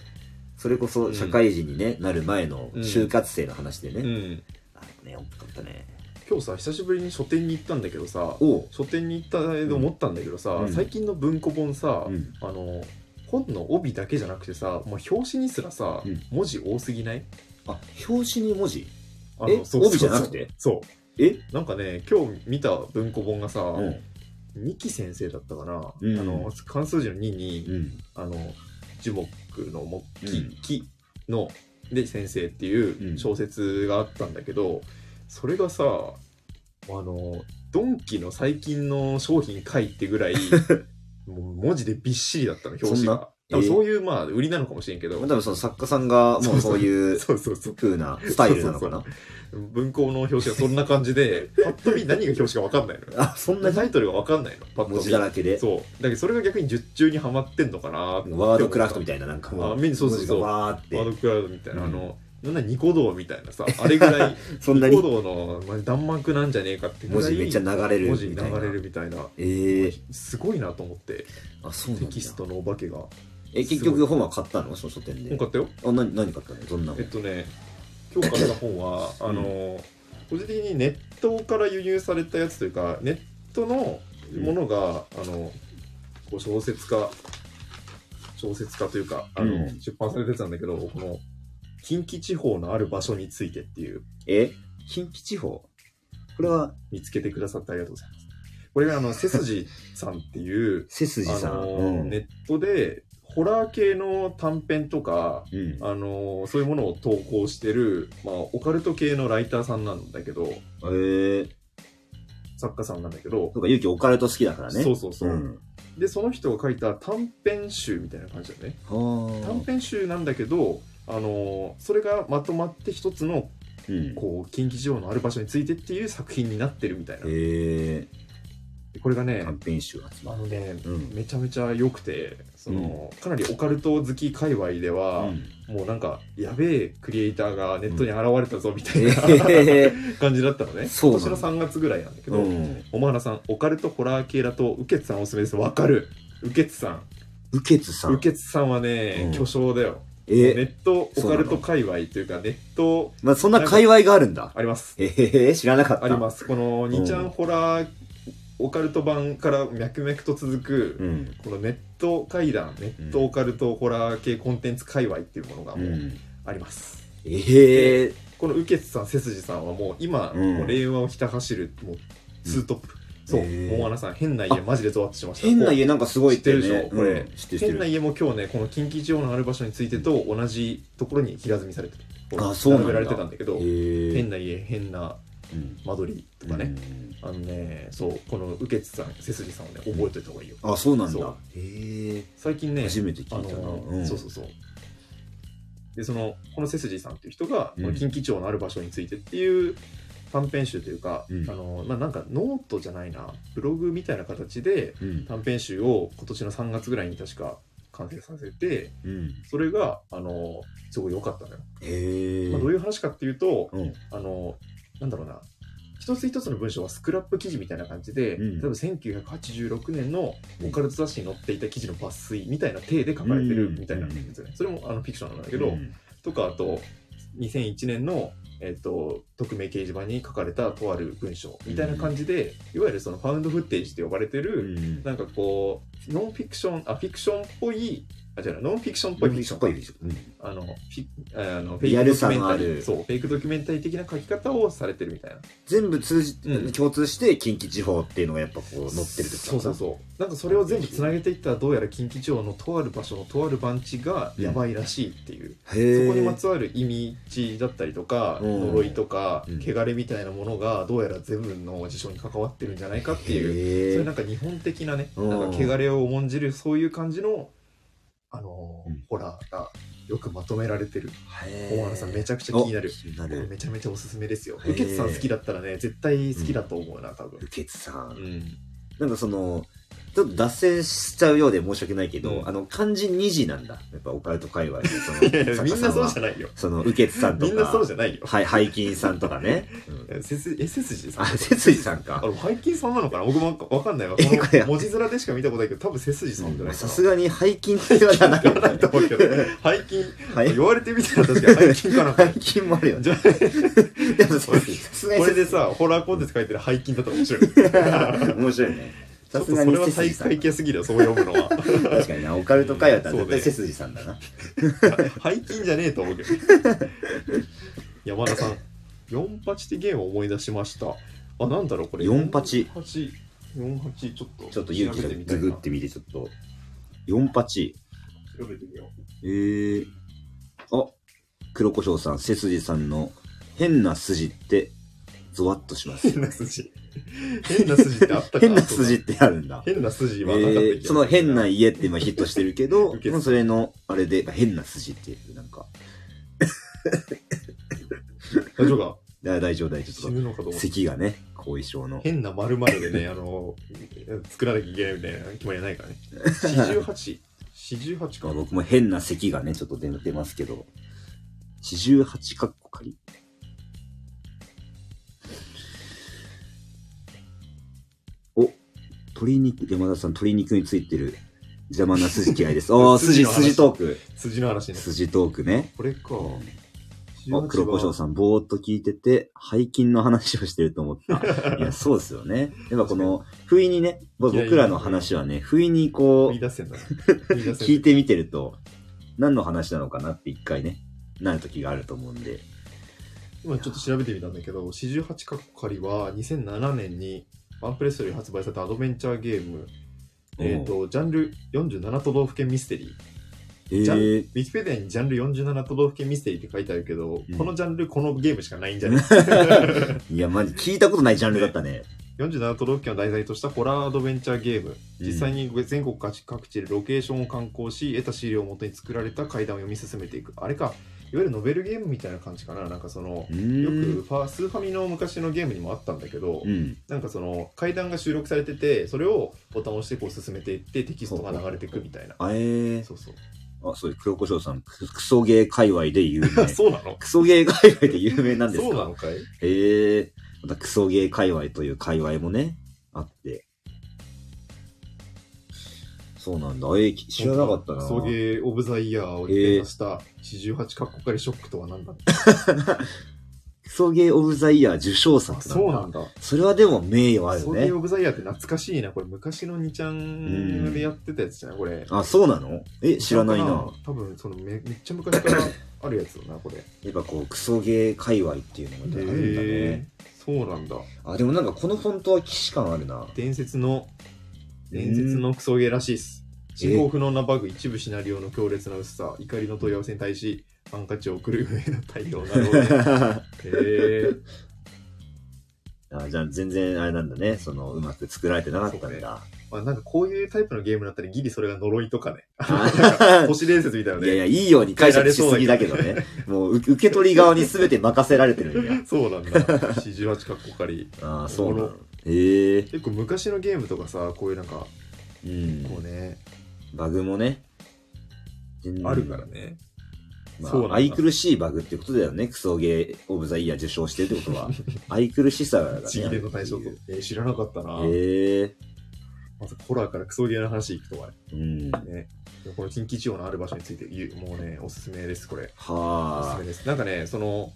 B: それこそ社会人に、ねなる前の
A: うん
B: 就活生の話でね、
A: うん
B: あれね面白かったね
A: 今日さ久しぶりに書店に行ったんだけどさ
B: おう
A: 書店に行ったで思ったんだけどさ、
B: うん
A: 最近の文庫本さ、
B: うん
A: あの本の帯だけじゃなくてさもう表紙にすらさ、
B: うん
A: 文字多すぎない
B: あ表紙に文字
A: あ
B: え
A: のそう
B: 帯じゃなくて
A: そう
B: え
A: そうなんかね今日見た文庫本がさ、
B: うん
A: 二木先生だったかな、
B: うん
A: あの漢数字の2に、
B: うん
A: あの樹木の木、
B: うん
A: 木ので先生っていう小説があったんだけど、それがさあのドンキの最近の商品書いてぐら
B: [LAUGHS]
A: いもう文字でびっしりだったの表紙
B: そん
A: が
B: な。
A: 多分
B: えー
A: そういうまあ売りなのかもしれんけど、
B: まあ多分その作家さんがもうそうい
A: [LAUGHS]
B: う
A: そうそうそう
B: 風なスタイルなのかな
A: 文庫の表紙がそんな感じでパッと見何が表紙か分かんない
B: [LAUGHS]
A: のよ
B: あそんな
A: タイトルが分かんないのパッと見
B: 文字だらけで
A: そうだけどそれが逆に術中にはまってんのかなって
B: ワードクラフトみたいななんかも
A: あ
B: う
A: 目にそうそうそう
B: 文字がわ
A: ワー
B: ーっ
A: ドクラウドみたいな、
B: うん
A: あのなんならニコ動みたいなさあれぐ
B: [LAUGHS]
A: らい
B: てそんな
A: ニコ
B: に
A: 動のまあ弾幕なんじゃねえかってぐ
B: 文
A: ら
B: 字
A: い
B: めっちゃ流れる
A: 文字
B: み
A: 流
B: たいな
A: れるみたいな
B: ええ
A: すごいなと思って
B: あそうなん
A: テ
B: だ
A: キストのお化けが
B: え結局本は買ったのその書店で
A: 本買ったよ
B: あ何何買ったのどんな
A: え
B: 本
A: っとね今日買った本は
B: うん
A: あの個人的にネットから輸入されたやつというかネットのものが、あのこう小説家小説家というかあの、
B: うん
A: 出版されたやつなんだけどこの近畿地方のある場所についてっていう
B: え近畿地方これは
A: 見つけてくださってありがとうございます。これが
B: [LAUGHS]
A: あの背筋さんっていう
B: 背筋
A: あ
B: さん、
A: の
B: うん
A: ネットでホラー系の短編とか
B: うん
A: あのそういうものを投稿してる、まあ、オカルト系のライターさんなんだけど
B: えー、
A: 作家さんなんだけど、
B: そうか、ゆうきオカルト好きだからね。
A: そううそうそう、
B: ん。
A: でその人が書いた短編集みたいな感じだね
B: はあ。
A: 短編集なんだけどあのそれがまとまって一つの
B: うん。
A: こう近畿地方のある場所についてっていう作品になってるみたいな、
B: え
A: でこれが
B: ー、
A: ね
B: 短編集集
A: あ
B: まる。
A: のね
B: うん。
A: めちゃめちゃ良くてその、かなりオカルト好き界隈では、もうなんかやべえクリエイターがネットに現れたぞみたいな、
B: え
A: [LAUGHS] 感じだったのね
B: そう
A: 今
B: な
A: 年
B: ん
A: の
B: だ
A: 3月ぐらいなんだけ
B: ー、
A: ど、
B: うん。
A: おまはらさんオカルトホラー系だとウケツさんおすすめですわかるウケツさ
B: ウケツさ
A: んウ
B: ん。
A: ケツさんはね、
B: うん
A: 巨匠だよ
B: え
A: ネ
B: ー、
A: ットオカル
B: そうな
A: ト
B: の
A: 界隈というかネット
B: まあ、そんな界隈があるんだ。
A: あります
B: えー、知らなかった。
A: ありますこの2ちゃんホラーオカルト版から脈々と続く、
B: うん。
A: このネット怪談ネットオカルトホラー系コンテンツ界隈っていうものが
B: う。
A: もうんあります、
B: えー、
A: このウケツさん背筋さんはもう今、
B: うん
A: もう令和をひた走るもうツートップ、そう
B: へー
A: 桃花さん変な家マジでゾワッとしました
B: 変な家なんかすごいって、
A: 知っ
B: ね、
A: てるでしょこれ
B: うん知ってる知って
A: 変な
B: る。
A: 家も今日ねこの近畿地方のある場所についてと同じところに平積みされてた
B: あそうなん
A: 並
B: だ
A: べられてたんだけど、
B: えー、
A: 変な家変な
B: うん。
A: 間取りとかね、あのねそうこのウケツさん背筋さんをね覚えておいた方がいいよ
B: うん。あ、そうなん
A: そう
B: だ。えー、
A: 最近ね
B: 初めて聞い
A: あの
B: たな。ん
A: そうそうそうでそのこの背筋さんっていう人が、
B: うん
A: この近畿町のある場所についてっていう短編集というか、
B: うん
A: あのななんかノートじゃないなブログみたいな形で
B: うん。
A: 短編集を今年の3月ぐらいに確か完成させて
B: うん。
A: それがあのすごい良かったのよ、
B: えー。
A: まあ、どう
B: いう
A: いう話かっていうと
B: うん。
A: あのなんだろうな一つ一つの文章はスクラップ記事みたいな感じで、
B: うん
A: 例えば1986年のオカルト雑誌に載っていた記事の抜粋みたいな体で書かれてるみたいなやつね、それもあのフィクションなんだけど、
B: うん
A: とかあと2001年の、えっと匿名掲示板に書かれたとある文章みたいな感じで、いわゆるそのファウンドフッテージって呼ばれて
B: う
A: る、
B: ん
A: なんかこうノンフィクションあフィクションっぽいあ違うなノンフィクションっぽいフィクション
B: っぽいですうん
A: あのフィあのフ
B: リア
A: ェイクド
B: ル
A: キ
B: さ
A: ュメン
B: のあ
A: タ
B: る
A: リーそうフェイクドキュメンタリー的な書き方をされてるみたいな
B: 全部通じ、
A: うん
B: 共通して近畿地方っていうのがやっぱこう載ってるってこと
A: そうそうそうなんかそれを全部つなげていったらどうやら近畿地方のとある場所のとある番地がやばいらしいっていう、
B: うへえ
A: そこにまつわる意味地だったりとか、
B: うん
A: 呪いとか、
B: うん
A: 汚れみたいなものがどうやら全部の事象に関わってるんじゃないかっていう、そういう
B: へ
A: な
B: え
A: んか日本的なね、
B: うん
A: なんか汚れを重んじるそういう感じの、あのー
B: うん
A: ホラーがよくまとめられてる大原さんめちゃくちゃ気になる
B: お気にな
A: これ
B: る
A: めちゃめちゃおすすめですよ
B: へー
A: ウケツさん好きだったらね絶対好きだと思うな多分
B: 右傑さん、
A: うん
B: なんかそのちょっと脱線しちゃうようで申し訳ないけど、
A: うん
B: あの漢字2字なんだやっぱオカルト界隈
A: [LAUGHS]
B: でその
A: いやいやみんなそうじゃ
B: ゃ
A: ないよ
B: その右傑さんと
A: み
B: か
A: んなそうじゃないよ
B: はい背筋さんとか
A: [LAUGHS]
B: ね、うん
A: えせすえ背筋さ
B: あ
A: ん
B: 背筋さんか
A: あれ背筋さんなのかな僕もわかんないわこ
B: えこれ
A: の文字面でしか見たことないけど多分背筋さんじゃないか
B: さ
A: な
B: すがに背筋っては
A: [LAUGHS]
B: なか
A: 言わ
B: った
A: ないと思うけど背筋
B: はい
A: 言われてみたら確かに背筋かな
B: 背筋もあるよね
A: じゃあ
B: でもさすがに
A: これでさホラーコンテンツ書いてる背筋だったら面白いちょっ
B: 面白いねさ
A: と
B: す
A: そ
B: がに
A: れは
B: 背筋
A: 体
B: さん
A: 体系すぎるよそう読むのは
B: 確かになオカルト界だったら
A: そう
B: 絶
A: ね
B: 対背筋さんだな
A: 背筋じゃねえと思うけど山田さん4八ってゲームを思い出しましたあなんだろうこれ
B: 48
A: 48 48ちょっと
B: ちょっと勇気
A: 調
B: が
A: べてみた
B: グ
A: いな
B: グってみてちょっと48
A: 調べてみよう
B: えー、あ黒胡椒さん背筋さんの変な筋ってゾワッと
A: [LAUGHS]
B: します
A: 変な筋変な筋ってあったか
B: 変な筋ってあるんだ
A: 変な筋
B: え
A: はなかった
B: ー、その変な
A: イ
B: 家って今ヒットしてるけ
A: [LAUGHS]
B: ど
A: 受け、てた
B: まあそれの、あれで、変な筋っていう、なんか、
A: 大丈夫か
B: だ大丈夫大丈
A: 死
B: 夫。
A: ぬのかと思って
B: 咳がね、後遺症の。
A: 変な丸々でねあの作らなきゃいけないみたいな決まりはないからね4848
B: ま
A: か
B: あ僕も変な咳がね、ちょっと出てますけど、48カッコ仮。お、鶏肉、山田さん、鶏肉についてる邪魔な筋嫌いです。おー、
A: 筋
B: [LAUGHS] 筋、
A: の話
B: 筋トーク。
A: 筋の話ね
B: 筋トークね。
A: これか
B: あ黒胡椒
A: ん
B: さん、ぼーっと聞いてて、背筋の話をしてると思 [LAUGHS] った。いや、そうですよね。やっぱこの、不意にね、ぼ僕らの話はね、不意にこ、
A: 言いう出せんだ
B: [LAUGHS]
A: ね言い出せ
B: 聞
A: ん
B: いてみてると、何の話なのかなって一回ね、なる時があると思うんで。
A: 今ちょっと調べてみたんだけど48かっこかりは2007年にワンプレストで発売されたアドベンチャーゲームえっ、とジャンル47都道府県ミステリー
B: え
A: じゃん
B: ー、
A: ウィキペディアにジャンル47都道府県ミステリーって書いてあるけど、
B: うん
A: このジャンルこのゲームしかないんじゃ
B: [LAUGHS]
A: ない
B: いや、マジ聞いたことないジャンルだったね。
A: 47都道府県を題材としたホラーアドベンチャーゲーム実際
B: に。
A: に全国各地でロケーションを観光し得た資料をもとに作られた階段を読み進めていくあれかいわゆるノベルゲームみたいな感じかななんかそのよく
B: うん。
A: ファスーファミの昔のゲームにもあったんだけど、
B: うん。
A: なんかその階段が収録されててそれをボタンを押してこう進めていってテキストが流れていくみたいな
B: あえー、
A: そうそう
B: あ、そう、黒胡椒さん、ククソゲー界隈で有
A: [LAUGHS]
B: 名。
A: そうなの
B: クソゲー界隈で有名なんですか
A: そうなのかい
B: へえまたクソゲー界隈という界隈もね、あって。そうなんだ。えー、き知らなかったな。
A: クソゲーオブザイヤーを提案した48カッコカリショックとは何だった
B: クソゲーオブザイヤー受賞作なんだ。
A: そうなんだ。
B: それはでも名誉あ
A: ク
B: る
A: ソゲ
B: ね
A: ー。オブザイヤーって懐かしいな。これ昔の2ちゃんでやってたやつじゃないこれ。
B: あ、そうなのえ、知らないな。
A: か。多分そのめめっちゃ昔からあるやつだな、これ。
B: やっぱこう、クソゲー界隈っていうのがあるんだね
A: へ。ーそうなんだ。
B: あ、でもなんかこのフォントは既視感あるな。
A: 伝説の、伝説のクソゲーらしいっす。進行不能なバグ、一部シナリオの強烈な薄さ、怒りの問い合わせに対し、ハンカチを送る上の対応な
B: [LAUGHS]
A: るほどね。へー
B: [LAUGHS] あじゃあ全然あれなんだね。その、うまく作られてなかった
A: そうんね
B: だ。
A: まあ、なんかこういうタイプのゲームだったらギリそれが呪いとかね。 [LAUGHS]
B: あ
A: 都市伝説みたいなね。
B: [LAUGHS] いやいや、いいように解釈しすぎだけどね。もう、う受け取り側に全て任せられてる
A: [LAUGHS]
B: んや。
A: そうなんだ。48かっこかり。
B: [LAUGHS] ああ、そうな
A: お
B: の
A: も。
B: へえ。
A: 結構昔のゲームとかさ、こういうなんか、
B: う。
A: こうんね、
B: バグもね。全
A: あるから。ね。
B: ま
A: そうなん
B: あ、
A: だ
B: 愛くるしいバグってことだよね。クソゲーオブザイヤー受賞してるってこ
A: [LAUGHS]
B: とは。愛くるしさがね。
A: ちぎれの対象と。えー知らなかったな。
B: へえ。
A: まずホラーからクソゲーの話行くとは
B: うん。
A: ね。この近畿地方のある場所について言う、もうね、おすすめです、これ。おすす
B: はあ
A: め。です。なんかね、その、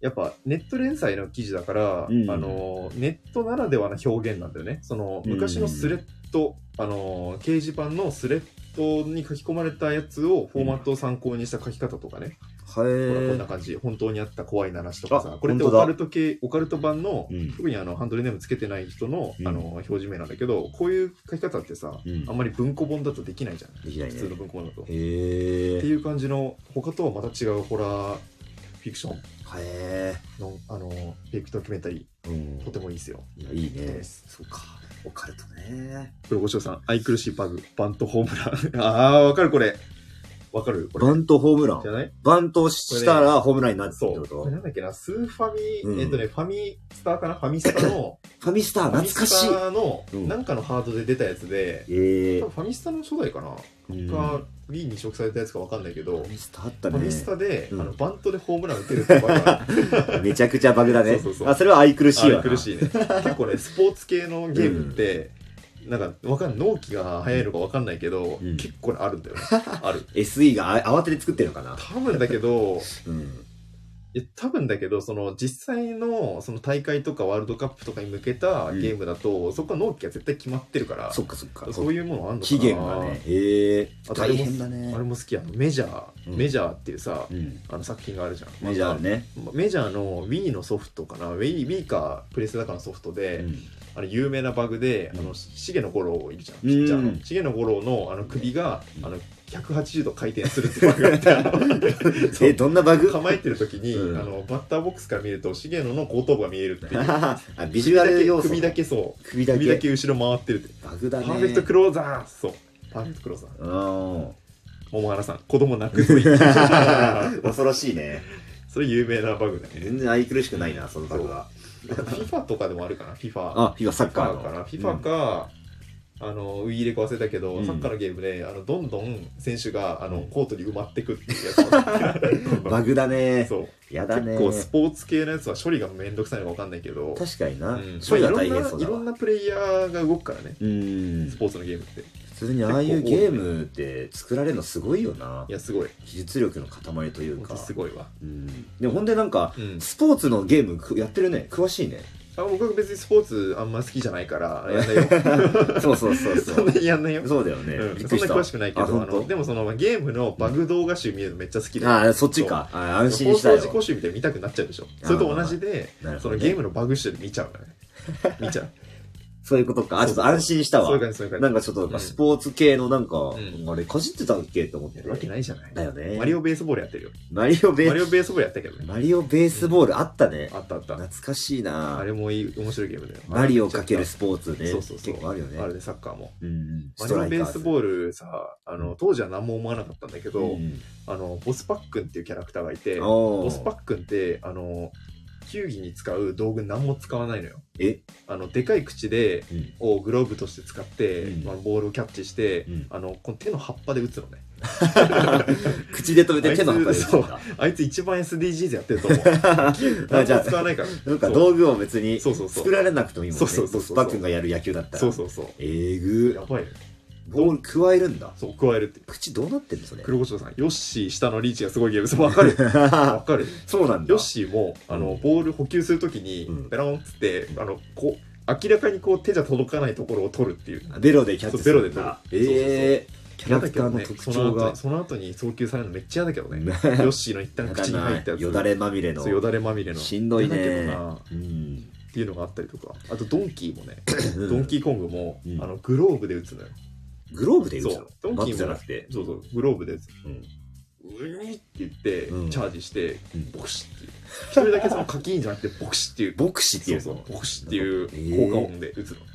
A: やっぱネット連載の記事だから、
B: うん
A: あのネットならではの表現なんだよねその
B: うん
A: 昔のスレッド、あの掲示板のスレッドに書き込まれたやつをフォーマットを参考にした書き方とかね、
B: は
A: ほらこんな
B: え。
A: 感じ本当にあった怖い話とかさ
B: あ
A: これってオ
B: 本当だ
A: カルト系オカルト版の、
B: うん
A: 特にあのハンドルネームつけてない人の,、
B: うん
A: あの表示名なんだけどこういう書き方ってさ、
B: うん
A: あんまり文庫本だとできないじゃん
B: できない
A: 普
B: ね
A: 通。の文庫本だと。
B: へ
A: って
B: え。
A: いう感じの他とはまた違うホラーフィクション
B: はえ。
A: のあのフェイクドキュメンタリ
B: うん
A: ーと。てもいいですよ。
B: いや、いいね。
A: です
B: そうか。オカルトね。
A: これごしさん愛くるしいバグバントホームラン [LAUGHS] ああわかるこれわかるこれ
B: バントホームラ
A: じゃ
B: ン。
A: ない
B: バントしたらホームランになるって
A: そ
B: こ
A: う
B: と
A: これなんだっけなスーファミ、
B: うん
A: えっとねファミスターかなファミスタの
B: ファミスター、 [LAUGHS] 懐かしい
A: ファミス。タの
B: うん
A: なんかのハードで出たやつで、
B: ええ
A: 多分。ファミスタの初代かな、
B: うん
A: が
B: フ
A: B に移植されたやつかわかんないけど、
B: ァミスターあっ
A: フ
B: た
A: ァミス
B: ね。
A: タで、
B: うん
A: あのバントでホームラン打てるってバグが
B: めちゃくちゃバグだね
A: そうそうそ。う
B: あ、それは愛くるしい
A: あ
B: わ
A: れ苦
B: な。
A: しいね結構ねスポーツ系のゲームって、なんかわかん納期が早いのかわかんないけど、
B: うん
A: 結構ねあるんだよね [LAUGHS] ある
B: SE があ慌てて作ってるのかな。
A: 多分だけど
B: うん。
A: いや多分だけどその実際のその大会とかワールドカップとかに向けた
B: うん
A: ゲームだと、そこは納期が絶対決まってるから
B: そっかそっか。
A: そういうものあるのかな
B: 期限がね。へえ。
A: あとあれ
B: 大
A: も
B: 変だね
A: あれ。も好きやんメジャー、
B: うん
A: メジャーっていうさ
B: うん。
A: あの作品があるじゃん
B: メジャーね。
A: メジャーの Wii のソフトかな Wii, Wii かプレステだからのソフトで、
B: うん
A: あの有名なバグで、
B: うん
A: あの重野五郎いるじゃん、ピッチャー
B: う
A: の
B: ん
A: 重野五郎のあの首が、
B: うん
A: あの180度回転するってバグがあったそ
B: え、
A: う
B: どんなバグ
A: 構えてる時に、
B: うん
A: あのバッターボックスから見ると重野の後頭部が見えるっていう
B: [LAUGHS] あビジ
A: 首
B: ュ
A: だ
B: アル
A: け
B: 要素。
A: 首だ。けそう
B: 首だ
A: 首だ
B: け。
A: け後ろ回ってるって
B: バグだね。
A: パーフェクトクローザーそうパーフェクトクローザー
B: うん。
A: 桃原さん子供泣くぞ
B: [LAUGHS] 恐ろしいね。
A: それ有名なバグだね
B: 全然愛くるしくないな、そのバグは。
A: あと FIFA とかでもあるかな FIFA
B: あ、FIFA サッカー
A: FIFA
B: の
A: かな FIFA か、あのウィーレコ忘れたけど、
B: うん
A: サッカーのゲームであのどんどん選手があの
B: うん
A: コートに埋まってくっていうやつどん
B: うん
A: ど
B: [LAUGHS] バ
A: ん
B: グだね。
A: [LAUGHS] そう
B: やだ
A: 結
B: ね。
A: 構スポーツ系のやつは処理がめんどくさいのか分かんないけど、
B: 確かに
A: う
B: な。
A: ん
B: 処理は
A: まあい
B: 大
A: ろん
B: 変
A: な
B: そう
A: い
B: だ
A: ろ
B: わ
A: ん。なプレイヤーが動くからね
B: うん
A: スポーツのゲームってい
B: 普通にああいうゲームって作られるのすごいよな
A: やすごい
B: 技術力の塊という
A: 本
B: か
A: 当すごいわ、
B: うんでもほんでなんか
A: うん、
B: スポーツのゲームくやってるね詳しいね
A: あ僕は別にスポーツあんま好きじゃないからやんないよ
B: [LAUGHS] そうそうそうそ
A: そんな
B: う
A: にやんないよ、
B: [LAUGHS] そうだよね、
A: うん
B: び
A: そ
B: っ
A: ん
B: く
A: な
B: りし
A: に
B: た
A: 詳しくないけど
B: あ本
A: あ
B: 当
A: のでもそのゲームのバグ動画集見るのめっちゃ好きで、
B: ああそっちかあ安心した
A: 放
B: よ
A: 送事故集みたいに見たくなっちゃうでしょ
B: あー
A: それと同じで、
B: なる
A: そ
B: ほ
A: の
B: どね
A: ゲームのバグ集で見ちゃう
B: [LAUGHS]
A: からね見ちゃう
B: そういうことかあちょっと安心した
A: そうい
B: わ
A: う感じそういう
B: な
A: 感
B: んかちょっとなん
A: う
B: か
A: ん
B: スポーツ系のなんか、
A: ん
B: あれかじってたっけって思っ
A: じ
B: て
A: やるわけないじゃない
B: だよね
A: マリオベースボールやってるよ
B: マリオベ
A: マリオ
B: ー
A: ベースボールやったけどね
B: マリオベースボールあったね、
A: あったあった
B: 懐かしいな
A: あれもいい面白いゲームだよ
B: マリオかけるスポーツね
A: そうそうそう
B: 結構あるよね
A: あれでサッカーも
B: うんうん
A: マリオベースボ
B: ー
A: ールさあの当時は何も思わなかったんだけど、
B: うん
A: あのボスパックンっていうキャラクターがいてボ
B: ボ
A: スパックンってあの球技に使う道具何も使わないのよ
B: え
A: あのでかい口で
B: うん
A: をグローブとして使って、
B: うん
A: まあ、ボールをキャッチして、
B: うん
A: あのこの手の葉っぱで打つのね
B: 口で止めて手の
A: あ
B: 中
A: い
B: で
A: つ
B: 打つんだ
A: あいつ一番 SDGs やってると思う
B: [LAUGHS] あじ
A: 何
B: ゃ
A: も使わないから
B: あなんか道具を別に
A: そうそうそう
B: 作られなくてもいいもんね
A: そうそうそうそう
B: スパ君がやる野球だったら
A: そうそうそう
B: え
A: や
B: ぐ
A: ばいよ
B: ボール加えるんだ
A: そう加えるって
B: 口どうなってんのそれ
A: 黒胡椒さんヨッシー下のリーチがすごいゲームそうわかるわかる
B: [LAUGHS] そうなんだ
A: ヨッシーもあの、
B: うん
A: ボール補給するときに
B: うん
A: ベロンっつってあのこう明らかにこう手じゃ届かないところを取るっていう
B: ベロでキャッチするんだ
A: そうベロで取る
B: えーキャラクターの
A: だけど
B: 特徴が
A: その後その後に送球されるのめっちゃ嫌だけどねヨッシーの一旦
B: や
A: 口に入ったや
B: だな
A: つ
B: よだれまみれの
A: そうよだれまみれの
B: しんどいね
A: だけどな
B: うん
A: っていうのがあったりとかあとドンキーもねドンキーコングも、
B: うん
A: あのグローブで打つのよ
B: グローブで打つ
A: そ
B: の
A: うドンキーも
B: バットじゃなくて
A: そうそうグローブで打つ
B: うん
A: うにって言って、
B: うん
A: チャージして
B: うん
A: ボクシっていう一人だけそのカキーンじゃなくてボクシっていう
B: ボクシーって
A: そ
B: い
A: そ
B: うう
A: う
B: の
A: ボクシっていう効果音で打つの、 [LAUGHS]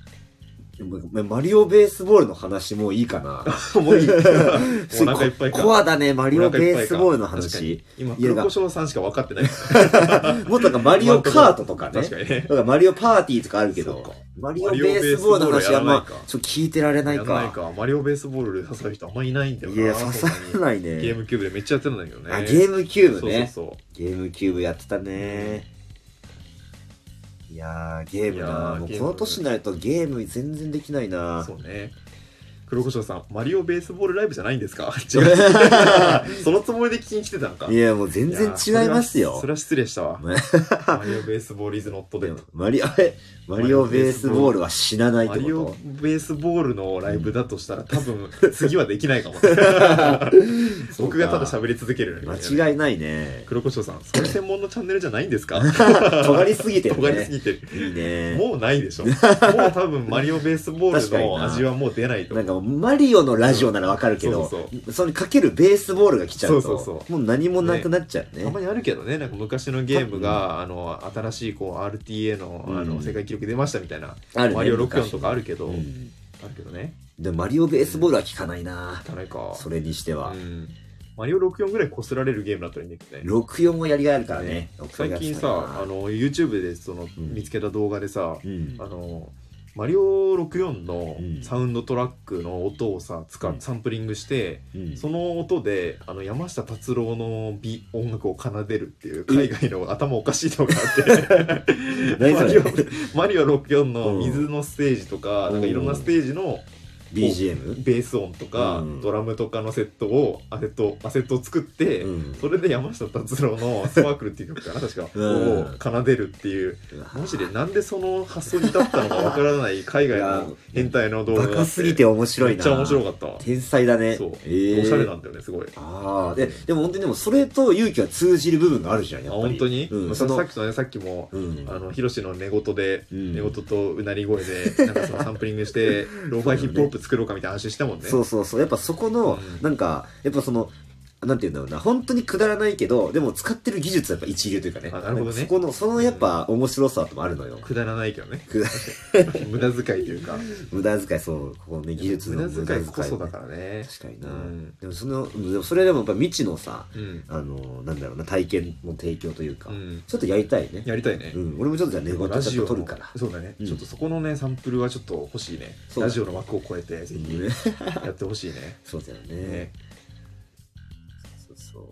B: まマリオベースボールの話もういいかな
A: も
B: [LAUGHS]
A: ういいもうお腹いっぱいか
B: コアだねマリオベースボールの
A: 確か
B: 話
A: に今
B: いや
A: 黒胡椒さんしか分かってないから
B: もっとなんかマリオカートとかね
A: 確かにね
B: だからマリオパーティーとかあるけ
A: そう
B: ど
A: か、
B: マリオベースボールの話
A: マリオベースボールや
B: はあんま
A: らないか、
B: ちょっと聞いてられない
A: やんない
B: か。
A: かマリオベースボールで刺さる人あんまいないんだよ
B: い
A: な
B: や、刺さ
A: そ
B: ら
A: んな
B: ない
A: にゲー
B: ね。
A: ムキューブでめっちゃやってるんだけどね
B: あ、ゲームキューブね。
A: そうそうそう
B: ゲームキューブやってたね。いやー、ゲーム
A: いや
B: な
A: ー
B: もう
A: ゲー
B: こ
A: ム
B: の年になるとゲーム全然できないな
A: そうね。黒胡椒さん、マリオベースボールライブじゃないんです
B: [LAUGHS]
A: か違う。そのつもりで聞きに来てたんか。
B: いや、もう全然違います
A: やー
B: よ
A: それ。はそれは失礼した
B: [LAUGHS]
A: わ。
B: ね
A: マリオベースボールイズノットデッド。
B: マリ、あれマリオベースボールは死なないっ
A: マ
B: て
A: リオ
B: こ
A: ベースボールのライブだとしたら、多分次はでき
B: [LAUGHS]
A: ないかも。
B: と
A: 僕がただ喋り続ける。
B: 間違いないね。
A: 黒胡椒さん、それ専門のチャンネルじゃないんです
B: [LAUGHS]
A: か
B: 尖りすぎてる
A: 尖りす
B: ね。
A: ぎてる。
B: いいね。
A: もうないで
B: [LAUGHS]
A: しょ。もう多分マリオベースボー
B: 確か
A: ル
B: に
A: の
B: な
A: 味はもう出ないと思
B: なん
A: う。
B: かもうマリオのラジオならわかるけど、
A: そうそう
B: それかけるベースボールが来ちゃうと、
A: そうそう
B: もう何もなくなっちゃうね。
A: たまにあるけどね、なんか昔のゲームが、あの、新しいこう RTA のあ
B: う
A: の
B: ん
A: 世界記録出ましたみたいな、
B: あるね
A: マリオ64とかあるけど、
B: うん
A: あるけどね、
B: でもマリオベースボールは効かないな。
A: いかないか。
B: それにしては
A: う。んマリオ64ぐらいこすられるゲームだったらいいんだけどね。
B: 64もやりがいあるからね。64
A: 最
B: が
A: 近
B: 好きだな
A: さ、あ、の、YouTube でその、
B: ん
A: 見つけた動画でさ、
B: うん
A: あ。のマリオ64の
B: うん
A: サウンドトラックの音をさ使う
B: うん
A: サンプリングして、
B: うん
A: その音であの山下達郎の美音楽を奏でるっていう海外の頭おかしいのがあって
B: 何そ
A: マ
B: れ [LAUGHS]
A: リオマリオ64の
B: うん
A: 水のステージとか,、
B: うん
A: なんかいろんなステージの
B: BGM?
A: ベース音とか、
B: うん
A: ドラムとかのセットをアセットアセットを作って、
B: うん
A: それで山下達郎の「スパークル」っていう曲かな確か、
B: [LAUGHS] うん
A: を奏でるっていうマジでなんでその発想に至ったのかわからない海外の変態の動画
B: バカすぎて
A: 面
B: 面白いな。
A: めっちゃ面白かったわ、
B: 天才だね。
A: そう、
B: ええ
A: おしゃれなんだよねすごい
B: ああ、で、でも本当にでもそれと勇気は通じる部分があるじゃん、
A: あ
B: やっぱり。
A: 本当に、
B: う
A: まあ
B: ん、
A: さ
B: その
A: っ、きとねさっきも
B: うん。
A: あのヒロシの寝言で、
B: うん
A: 寝言とうなり声でなんかそのサンプリングして
B: [LAUGHS]
A: ローファイヒップホップ作ろうかみたいな話したもんね
B: そうそうそう。やっぱそこの
A: うん、
B: なんか、やっぱその、なんて言うんだろうな、本当にくだらないけど、でも使ってる技術はやっぱ一流というかね。
A: あなるほどね
B: んかそこの、そのやっぱ面白さともあるのよ。
A: くだらないけどね
B: くだ
A: [LAUGHS] 無駄遣いというか
B: 無駄遣い、そう、ここね、技術の
A: 無駄遣いこそだ
B: ね
A: からね
B: 確かにな。
A: うん
B: でもその、でもそれでもやっぱ未知のさ、
A: うん、
B: あの、なんだろうな、体験の提供というか、
A: うん
B: ちょっとやりたいね。
A: やりたいね、
B: うん、俺もちょっとじゃあ寝言ちょっと撮
A: [LAUGHS]
B: るから。
A: そうだね、
B: うん
A: ちょっとそこのねサンプルはちょっと欲しいね
B: そうだ
A: ラジオの枠を超えてぜひ
B: ね
A: やってほしいね
B: そうだよ
A: ね
B: ね。そうそ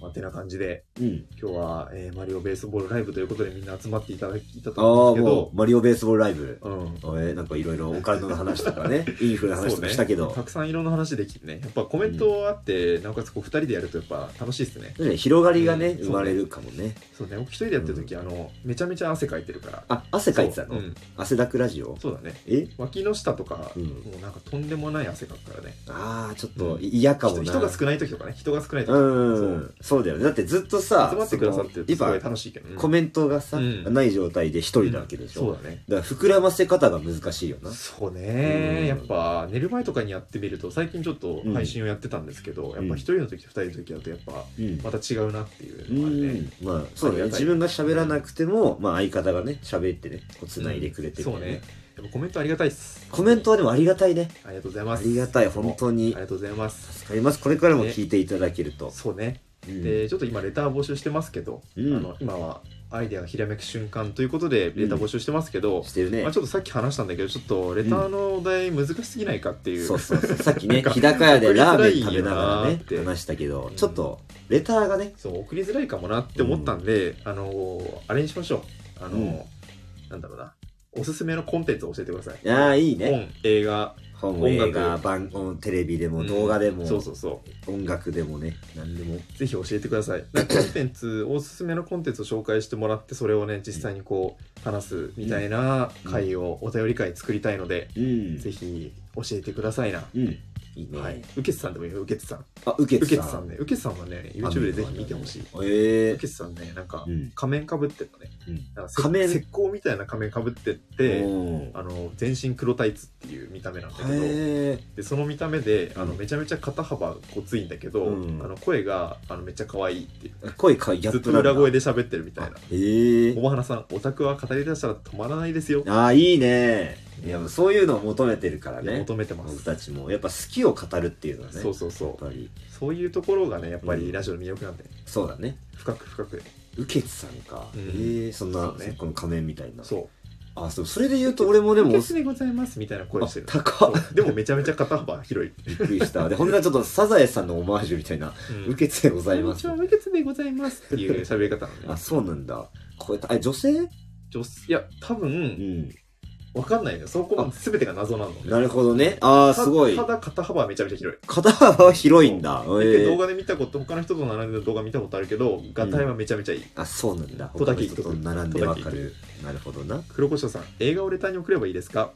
A: まあ、てな感じで
B: う。うん。
A: 今日は、えーマリオベースボールライブということでみんな集まっていただいた
B: あ
A: と思
B: あ
A: うん、ですけ
B: も
A: ど
B: う、マリオベースボールライブ。
A: うん
B: あえーなんかいろいろお金の話とか
A: [LAUGHS]
B: ね、インフレの話
A: そ
B: と
A: う
B: か
A: ね
B: したけど、
A: たくさんいろんな話できてねやっぱコメントあって、なおかつこう2人でやるとやっぱ楽しいですね
B: 確かに広がりがね、
A: うん
B: 生まれるかもね。
A: そうね僕1人でやってる時、あのめちゃめちゃ汗かいてるから
B: あ、汗かいてたの、
A: そう,、うん、
B: 汗だくラジオ
A: そうだね
B: え
A: 脇の下とか、
B: うん
A: もうなんかとんでもない汗かくからね
B: ああ、ちょっと嫌かも
A: 人人
B: な。
A: が少ない時とかね人が少ない時、
B: うん
A: そ
B: そう
A: う
B: だよね。だってずっとさ、
A: 集まってくださってるとす
B: そ
A: ご
B: の
A: い
B: 今、
A: 楽しいけど、ね
B: コメントがさ、
A: うん
B: ない状態で一人なわけでしょ。
A: そうだね
B: だから膨らませ方が難しいよな。
A: そうね、
B: うん
A: やっぱ寝る前とかにやってみると最近ちょっと配信をやってたんですけど、やっぱ一人の時と二人の時だとやっぱ
B: うん
A: また違うなっていう
B: う
A: のがあるね、
B: ん、まあそうだね
A: ありがたい
B: 自分が喋らなくても、まあ、相方がね喋ってねこう繋いでくれてる
A: そうねやっぱコメントありがたいっす
B: コメントはでもありがたいね
A: ありがとうございま
B: あ
A: す
B: りがたい本当
A: あ
B: に
A: りがとうございます
B: 助かりますこれからも聞いていただけると、
A: そうね、
B: うん
A: でちょっと今レター募集してますけど、
B: うん
A: あの今はアイデアがひらめく瞬間ということでレター募集してますけど、
B: してるね
A: まあ、ちょっとさっき話したんだけどちょっとレターのお題難しすぎないかっていう、
B: そうそ
A: [LAUGHS]
B: うそうさっきね
A: なんか
B: 日高屋でラーメン食べながら
A: 送りづらいよなー
B: ね
A: って
B: 話したけど、
A: うん
B: ちょっとレターがね
A: そう送りづらいかもなって思ったんで、あのーあれにしましょうあのーなんだろうなおすすめのコンテンツを教えてください
B: ああいいね
A: 本映画
B: 本
A: 音楽
B: 映画番音テレビでも
A: うん
B: 動画でも、
A: そうそうそ
B: 音楽でもね何でも
A: うぜひ教えてくださ
B: [COUGHS]
A: いなんかコンテンツおすすめのコンテンツを紹介してもらってそれをね実際にこう話すみたいな回をお便り会作りたいので、
B: うん
A: ぜひ教えてくださいな、
B: うんいいね、
A: はいウケツさんでもいいよウケツさん
B: あ受
A: ウ
B: け
A: ケ
B: て
A: ツ
B: た
A: さんねウケツさんはね YouTube でぜひ見てほしい
B: ええ
A: ウケツさんねなんか
B: うん
A: 仮面かぶってたね
B: うん
A: なんかせ
B: 仮面
A: 石膏みたいな仮面かぶってって
B: うん
A: あの全身黒タイツっていう見た目なんだけど
B: へえ
A: でその見た目であの
B: うん
A: めちゃめちゃ肩幅ごついんだけど、
B: うん
A: あの声があのめっちゃ可愛いっていう
B: 声かギャ
A: ずっ
B: ップ
A: と
B: なんだ
A: 裏声で喋ってるみたいな
B: あへえ
A: おばはなさんオタクは語り出したら止まらないですよ、
B: ああいいねいやそういうのを求めてるから
A: いや
B: ね
A: 求めてま
B: 僕
A: す、
B: たちもやっぱ好きを語るっていうのはね
A: そうそうそ
B: やっぱり
A: うそういうところがねやっぱ
B: う
A: り
B: ん
A: ラジオの魅力なんで、
B: そうだね
A: 深く深く
B: ウケツさんか、
A: うん
B: ええそんな
A: そうね
B: この仮面みたいな
A: そう
B: あそうそれで言うと俺も
A: 「
B: でも
A: おすでございます」みたいな声
B: あ
A: してる
B: 高っ
A: そうでもめちゃめちゃ肩幅広い
B: びっくりしたでほんとはちょっとサザエさんのオマージュみたいな
A: うん
B: ウケツでございます
A: こんにちはウケツでございますっていう喋り方なの
B: あ
A: ね
B: そうなんだこれあ女性
A: 女性いや多分、
B: うん
A: わかんないのよそこまで全てが謎なのね
B: なるほどね。ああ、
A: た
B: すごい
A: た。だ肩幅はめちゃめちゃ広い
B: 肩幅は広いんだ。え
A: で動
B: ー
A: 画で見たこと他の人と並んでる動画見たことあるけど合体はめちゃめちゃいい、
B: あ、そうなんだ。
A: 戸
B: 他
A: 田
B: の
A: 恵
B: 人
A: 子
B: と並んでわかる。なるほどな。 [LAUGHS]
A: 黒胡椒さん映画をレターに送ればいいですか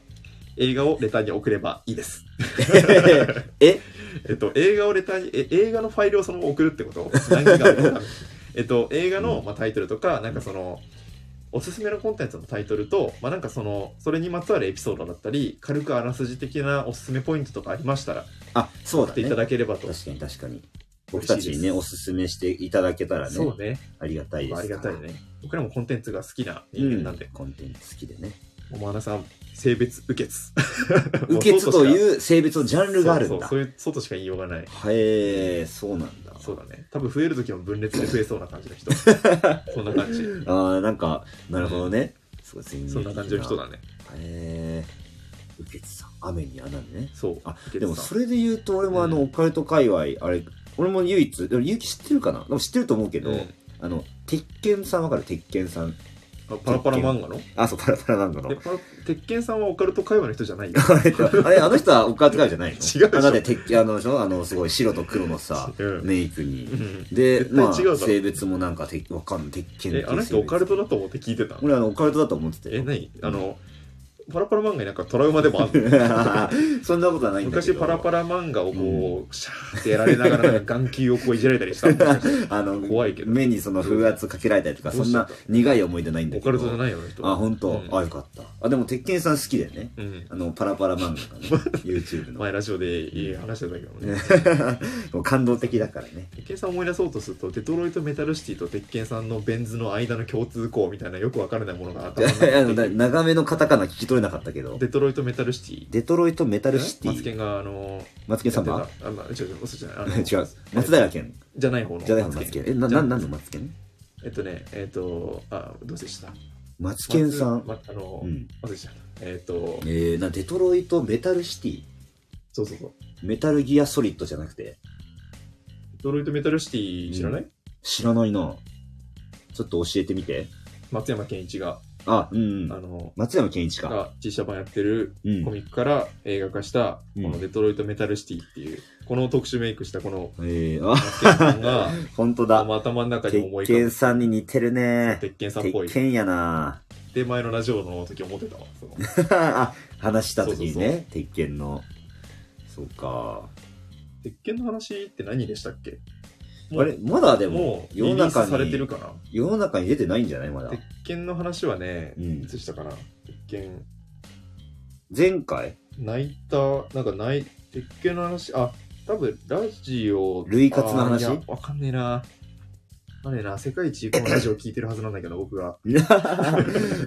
A: 映画をレターに送ればいいです
B: え
A: えっと、映画をレターに、え、映画のファイルをその送るってこと何があるの [LAUGHS] えっと、映画の、まあ、タイトルとか、なんかその、おすすめのコンテンツのタイトルと、まあ、なんかその、それにまつわるエピソードだったり、軽くあらすじ的なおすすめポイントとかありましたら、
B: あ、そう
A: 送
B: だ
A: っていた
B: ね。
A: だければと。
B: 確かに確かに。僕たちにね、
A: 嬉
B: おすすめしていただけたら
A: そ
B: ね
A: う、ね。
B: ありがたいで
A: あ
B: すか
A: り
B: ら。
A: がたいね。僕らもコンテンツが好きな
B: う
A: 人間
B: ん。
A: なんで、
B: コンテンツ好きでね。
A: おまなさん、性別受けつ。
B: 受けつと
A: う
B: いう性別のジャンルがある
A: そ
B: ん
A: う [LAUGHS] そう
B: だ
A: そ。ういう、そうとしか言いようがない。
B: へえ、そうなんだ。
A: そうだね。多分増える時も分裂で増えそうな感じの
B: [LAUGHS]
A: 人。そんな感じ。
B: ああ、なんか、なるほどね。すごい全面的
A: そんな感じの人だね。
B: へえ。受けてた。雨に穴にね。
A: そう。
B: あ
A: 池
B: で
A: 田
B: も
A: さん
B: それで言うと俺もあ
A: う
B: の
A: ん
B: オカルト界隈あれ俺も唯一でも結城知ってるかなでも知ってると思うけど、
A: うん
B: あの鉄拳さんわかる鉄拳さん
A: あパラパラ漫画の
B: あそうパラパラなんだろ
A: で
B: う
A: パラ鉄拳さんはオカルト界隈の人じゃないよ。
B: あれあれあの人はオカルト界隈じ
A: 違
B: ゃ
A: う
B: な
A: でしょ
B: いのあだって鉄拳あのそのあのすごい白と黒のさ
A: うん
B: メイクに [LAUGHS]
A: うん
B: で
A: 絶対
B: まあ
A: 違うだろ
B: 性別もなんか鉄わかんない鉄拳ってい
A: え
B: う、
A: あの人
B: 性
A: オ
B: 別
A: カルトだと思って聞いてたの
B: 俺あのオカルトだと思ってた
A: え、
B: よ
A: 何あの、パラパラ漫画になんかトラウマでもあ
B: [LAUGHS]
A: んの
B: そんなことはないんだけ
A: 昔
B: ど
A: パラパラ漫画をこう、シャーってやられながらなんか眼球をこういじられたり
B: [LAUGHS]
A: したの
B: あの
A: 怖いけど
B: 目にその風圧かけられたりとか
A: ど
B: そ
A: うんしちゃっ
B: な
A: た
B: 苦い思い出ないんだ
A: オ
B: け
A: カ
B: ど
A: ルトじゃないよ、あの人。
B: あ、本当、
A: うん
B: あ、よかった。あ、でも、鉄拳さん好きだよね。
A: うん。
B: あの、パラパラ
A: [LAUGHS]
B: 漫画がね、YouTube の。
A: 前ラジオでいい話してたけどね。
B: [LAUGHS] もう感動的だからね。
A: 鉄拳さん思い出そうとすると、デトロイト・メタルシティと鉄拳さんのベン図の間の共通項みたいなよくわからないものが頭に
B: い [LAUGHS] やあ
A: 入
B: の
A: って
B: だ
A: き
B: 長めのカタカナ聞き取れなかったけど
A: て、デトロイト・メタルシティ。
B: デトロイトメタルシテ
A: マツケ
B: ィ、
A: ンがあの
B: マツケン様
A: あ、まあ、違う違う、嘘じゃない。あの
B: [LAUGHS] 違う、松平健。
A: じゃない方の。
B: じゃない方のマツケン。え、な、
A: じゃ
B: な、なんのマツケン
A: えっとね、えっと、あ、どうでした
B: マツケンさん。
A: まあの
B: う、ん。
A: 忘れちゃった。えっと
B: え、ー、な、デトロイトメタルシティ。
A: そうそうそう。
B: メタルギアソリッドじゃなくて、
A: デトロイト・メタルシティ知らない
B: 知らないな。ちょっと教えてみて。
A: 松山ケンイチが、
B: あ、う
A: あ
B: んうん。
A: の、
B: 松山健一か。
A: が実写版やってる
B: うん
A: コ。ミックから映画化した、
B: うん
A: このデトロイト・メタルシティっていう、この特殊メイクしたこの
B: えー、あ、
A: 松ケンさんが、
B: 本当だ。
A: 頭の中に思い
B: 鉄
A: 浮かぶ
B: 拳さんに似てるね。
A: 鉄拳さんっぽい
B: 鉄。拳やな [LAUGHS]
A: で、前のラジオの時思ってたわ。その
B: あ、話した時に
A: そうそうそ
B: ね、鉄拳の。そうか。
A: 鉄拳の話って何でしたっけもう
B: あれ、まだでも、
A: もうリ
B: 世
A: リ
B: の
A: ース
B: 中に
A: されてるかな
B: 世の中に出てないんじゃないまだ。
A: 鉄拳の話はね
B: う、
A: い
B: ん。
A: つしたかな鉄拳、[LAUGHS]
B: 前回、
A: 泣いた、なんか泣い、鉄拳の話、あ、多分ラジオ、
B: 類活の話
A: あいやわかんねえな。あれな、世界一このラジオ聞いてるはずなんだけど、僕が。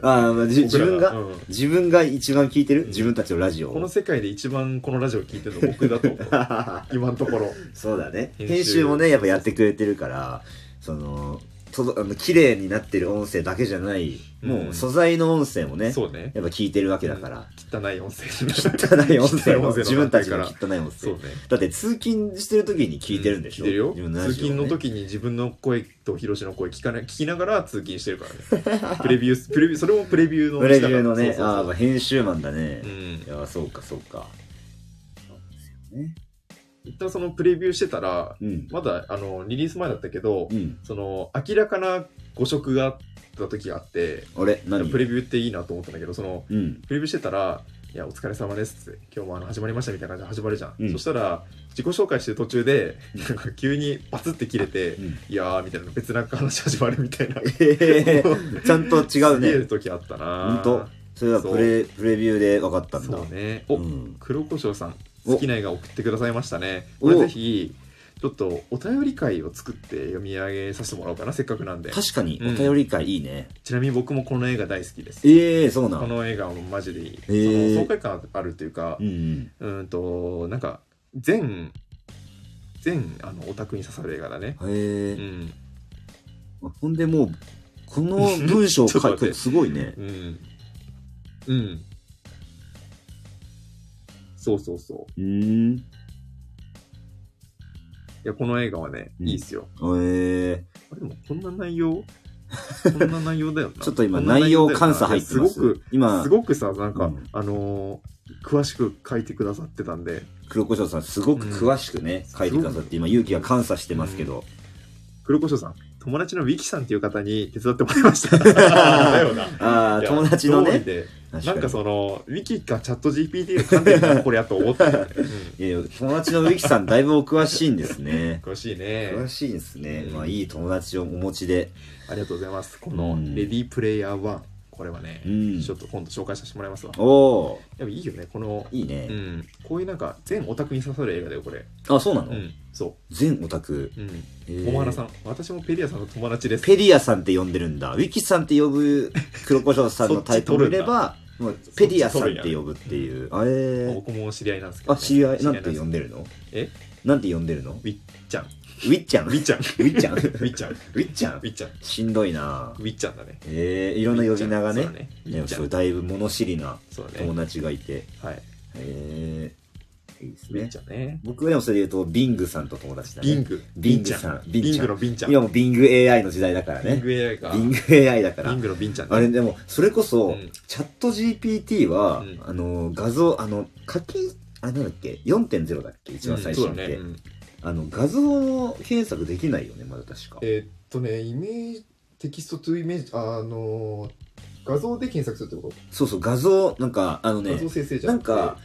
B: あまあじ自分
A: 僕
B: が、
A: らうん
B: 自分が一番聞いてる
A: うん
B: 自分たちのラジオ
A: こ
B: を
A: の。世界で一番このラジオ聞いてるの僕だと思う。 [LAUGHS] 今のところ。
B: [LAUGHS] そうだね。
A: 編集
B: 編集もね、やっぱやってくれてるから、その、とどあの綺麗になってる音声だけじゃない、もう素材の音声もね、
A: そうね。
B: やっぱ聞いてるわけだから。
A: 汚い音声。
B: 汚い音声
A: 汚い
B: を
A: 音声の
B: [LAUGHS] 自分たち
A: 反
B: の
A: 対
B: 汚い音
A: そう
B: 声
A: ね。
B: だって通勤してる時に聞いてるんでしょ、
A: 聞いてるよ、
B: 自分ラ
A: 通
B: ジオね
A: 勤の時に自分の声とヒロシの声聞かな聞きながら通勤してるから
B: [LAUGHS]
A: ねプレビュープレビューそれもプレビューの
B: プレビューのね
A: そうそうそう
B: ああーまあ編集マンだね
A: う、ん
B: いやそうかそうかそうですよね
A: 一旦そのプレビューしてたら
B: うん
A: まだあのリリース前だったけど、
B: うん
A: その明らかな誤植があった時があって
B: あれ何
A: プレビューっていいなと思ったんだけどその
B: うん
A: プレビューしてたら「いやお疲れ様です」って「今日もあの始まりました」みたいな感じで始まるじゃん、
B: うん
A: そしたら自己紹介してる途中で
B: うん
A: なんか急にバツって切れて
B: うん
A: 「いやー」みたいな別な話始まるみたいな
B: えー、ちゃんと違う
A: 見え [LAUGHS]
B: ね
A: る時あった
B: ほ
A: なん
B: とそれはプレプレビューで分かったんだ
A: そうねお、
B: うん、
A: 黒胡椒さん
B: お
A: 好きな映画送ってくださいましたね
B: お
A: これぜひちょっとお便り会を作って読み上げさせてもらおうかなせっかくなんで
B: 確かに
A: うん
B: お便り会いいね、
A: ちなみに僕もこの映画大好きです
B: ええー、そうな
A: こ
B: の
A: の映画はマジでいい、
B: ー
A: その爽快感あるというか
B: うんうん
A: うんとなんか全全あのオタクに刺さる映画だね
B: へえ
A: う、ん、
B: ほんでもうこの文章を書
A: ちょっと待っ
B: い
A: て
B: これすごいね
A: うんうん、そうそう [LAUGHS] そう
B: うーん
A: いやこの映画はね、
B: うん
A: いいっすよ
B: ええ
A: あでもこんな内容そんな内容だよな。
B: [LAUGHS] ちょっと今
A: そんな
B: 内容
A: 容だよな
B: 監査入ってます。
A: すごく、
B: 今
A: す、ごくさ、なんか、
B: うん
A: あのー詳しく書いてくださってたんで、
B: 黒胡椒さんすごく詳しくね、書いてくださって、今、勇気が監査してますけど、
A: 黒胡椒さん、友達のウィキさんっていう方に手伝ってもらいました。だよな。
B: [LAUGHS]
A: [LAUGHS]
B: ああ、
A: いや
B: 友達の
A: 道理
B: ね、
A: で
B: 確
A: なん
B: か
A: か
B: に。
A: その、ウィキかチャット GPT が完全にこれやと思ったよね、
B: [LAUGHS] いやいや友達のウィキさん、だいぶお詳しいんで
A: [LAUGHS]
B: すね。
A: うん詳しいね。
B: 詳しいですね。
A: うん
B: まあ、いい友達をお持ちで。
A: ありがとうございます。こ
B: う
A: の
B: ん、
A: レディープレイヤー1、これはね、
B: うん
A: ちょっと今度紹介させてもらいますわ。
B: おお
A: やっぱいいよね、この、
B: ーいいうね。
A: ん、こういうなんか、全オタクに刺さる映画だよ、これ。
B: あ、そうな
A: う
B: の
A: ん、そ
B: 全オタク。
A: う。うん。
B: えー
A: 小原さん、私もペリアさんの友達です。
B: ペリアさんって呼んでるんだ。ウィキさんって呼ぶ黒胡椒さんのタイプもいれば、もうペリアさんって呼ぶっていう。あれー
A: 僕も知り合いなんですけど、
B: あ、
A: ね。
B: 知り合い、なん
A: んで
B: て
A: す
B: 呼んでるの
A: え
B: なんて呼んでるのウ
A: ウィッちゃん。ウ
B: ィッちゃん。ウ
A: ィッ
B: ィ
A: [LAUGHS] ちゃん。ウ
B: ッちゃん。ウ
A: ィッちゃん。ウ
B: ィッちゃん。
A: ィッちゃん。ウ
B: しんどいなぁ
A: ィッちゃんだね。
B: えー、いろんな呼び名がね。
A: ウィ
B: ね
A: ッちゃ
B: そ
A: んそう
B: う
A: だね。ウィッち
B: だいぶ物知りな
A: ゃんそうだ
B: 友
A: ね。
B: 達がいて。
A: はい。
B: えー、いいです
A: ウィッ
B: ね。
A: ちゃんね。
B: 僕はでもそれで言うと、ビングさんと友達だね。
A: ビング。
B: ビングさん
A: ビンちゃビ
B: ビ
A: ン
B: ンちゃ
A: グ
B: ん
A: のビンちゃん。
B: 今もうビング AI の時代だから
A: ビン
B: ね。
A: グ AI か。
B: ビング AI だから
A: ビン。グのビンちゃんね。
B: あれでも、それこそ、
A: うん
B: チャット GPT は、
A: うん
B: あの、画像、あの、書き、あれなんだっけ ?4.0 だっけ一番最初って、
A: うんそうだねうん
B: あの、画像の検索できないよね、まだ確か。
A: えーっとね、イメージ、テキストトゥイメージ、あのー、画像で検索するってこ
B: そうそう、画像、なんか、あの
A: と
B: ね
A: 画像、生成じゃ
B: なん
A: なくて
B: か、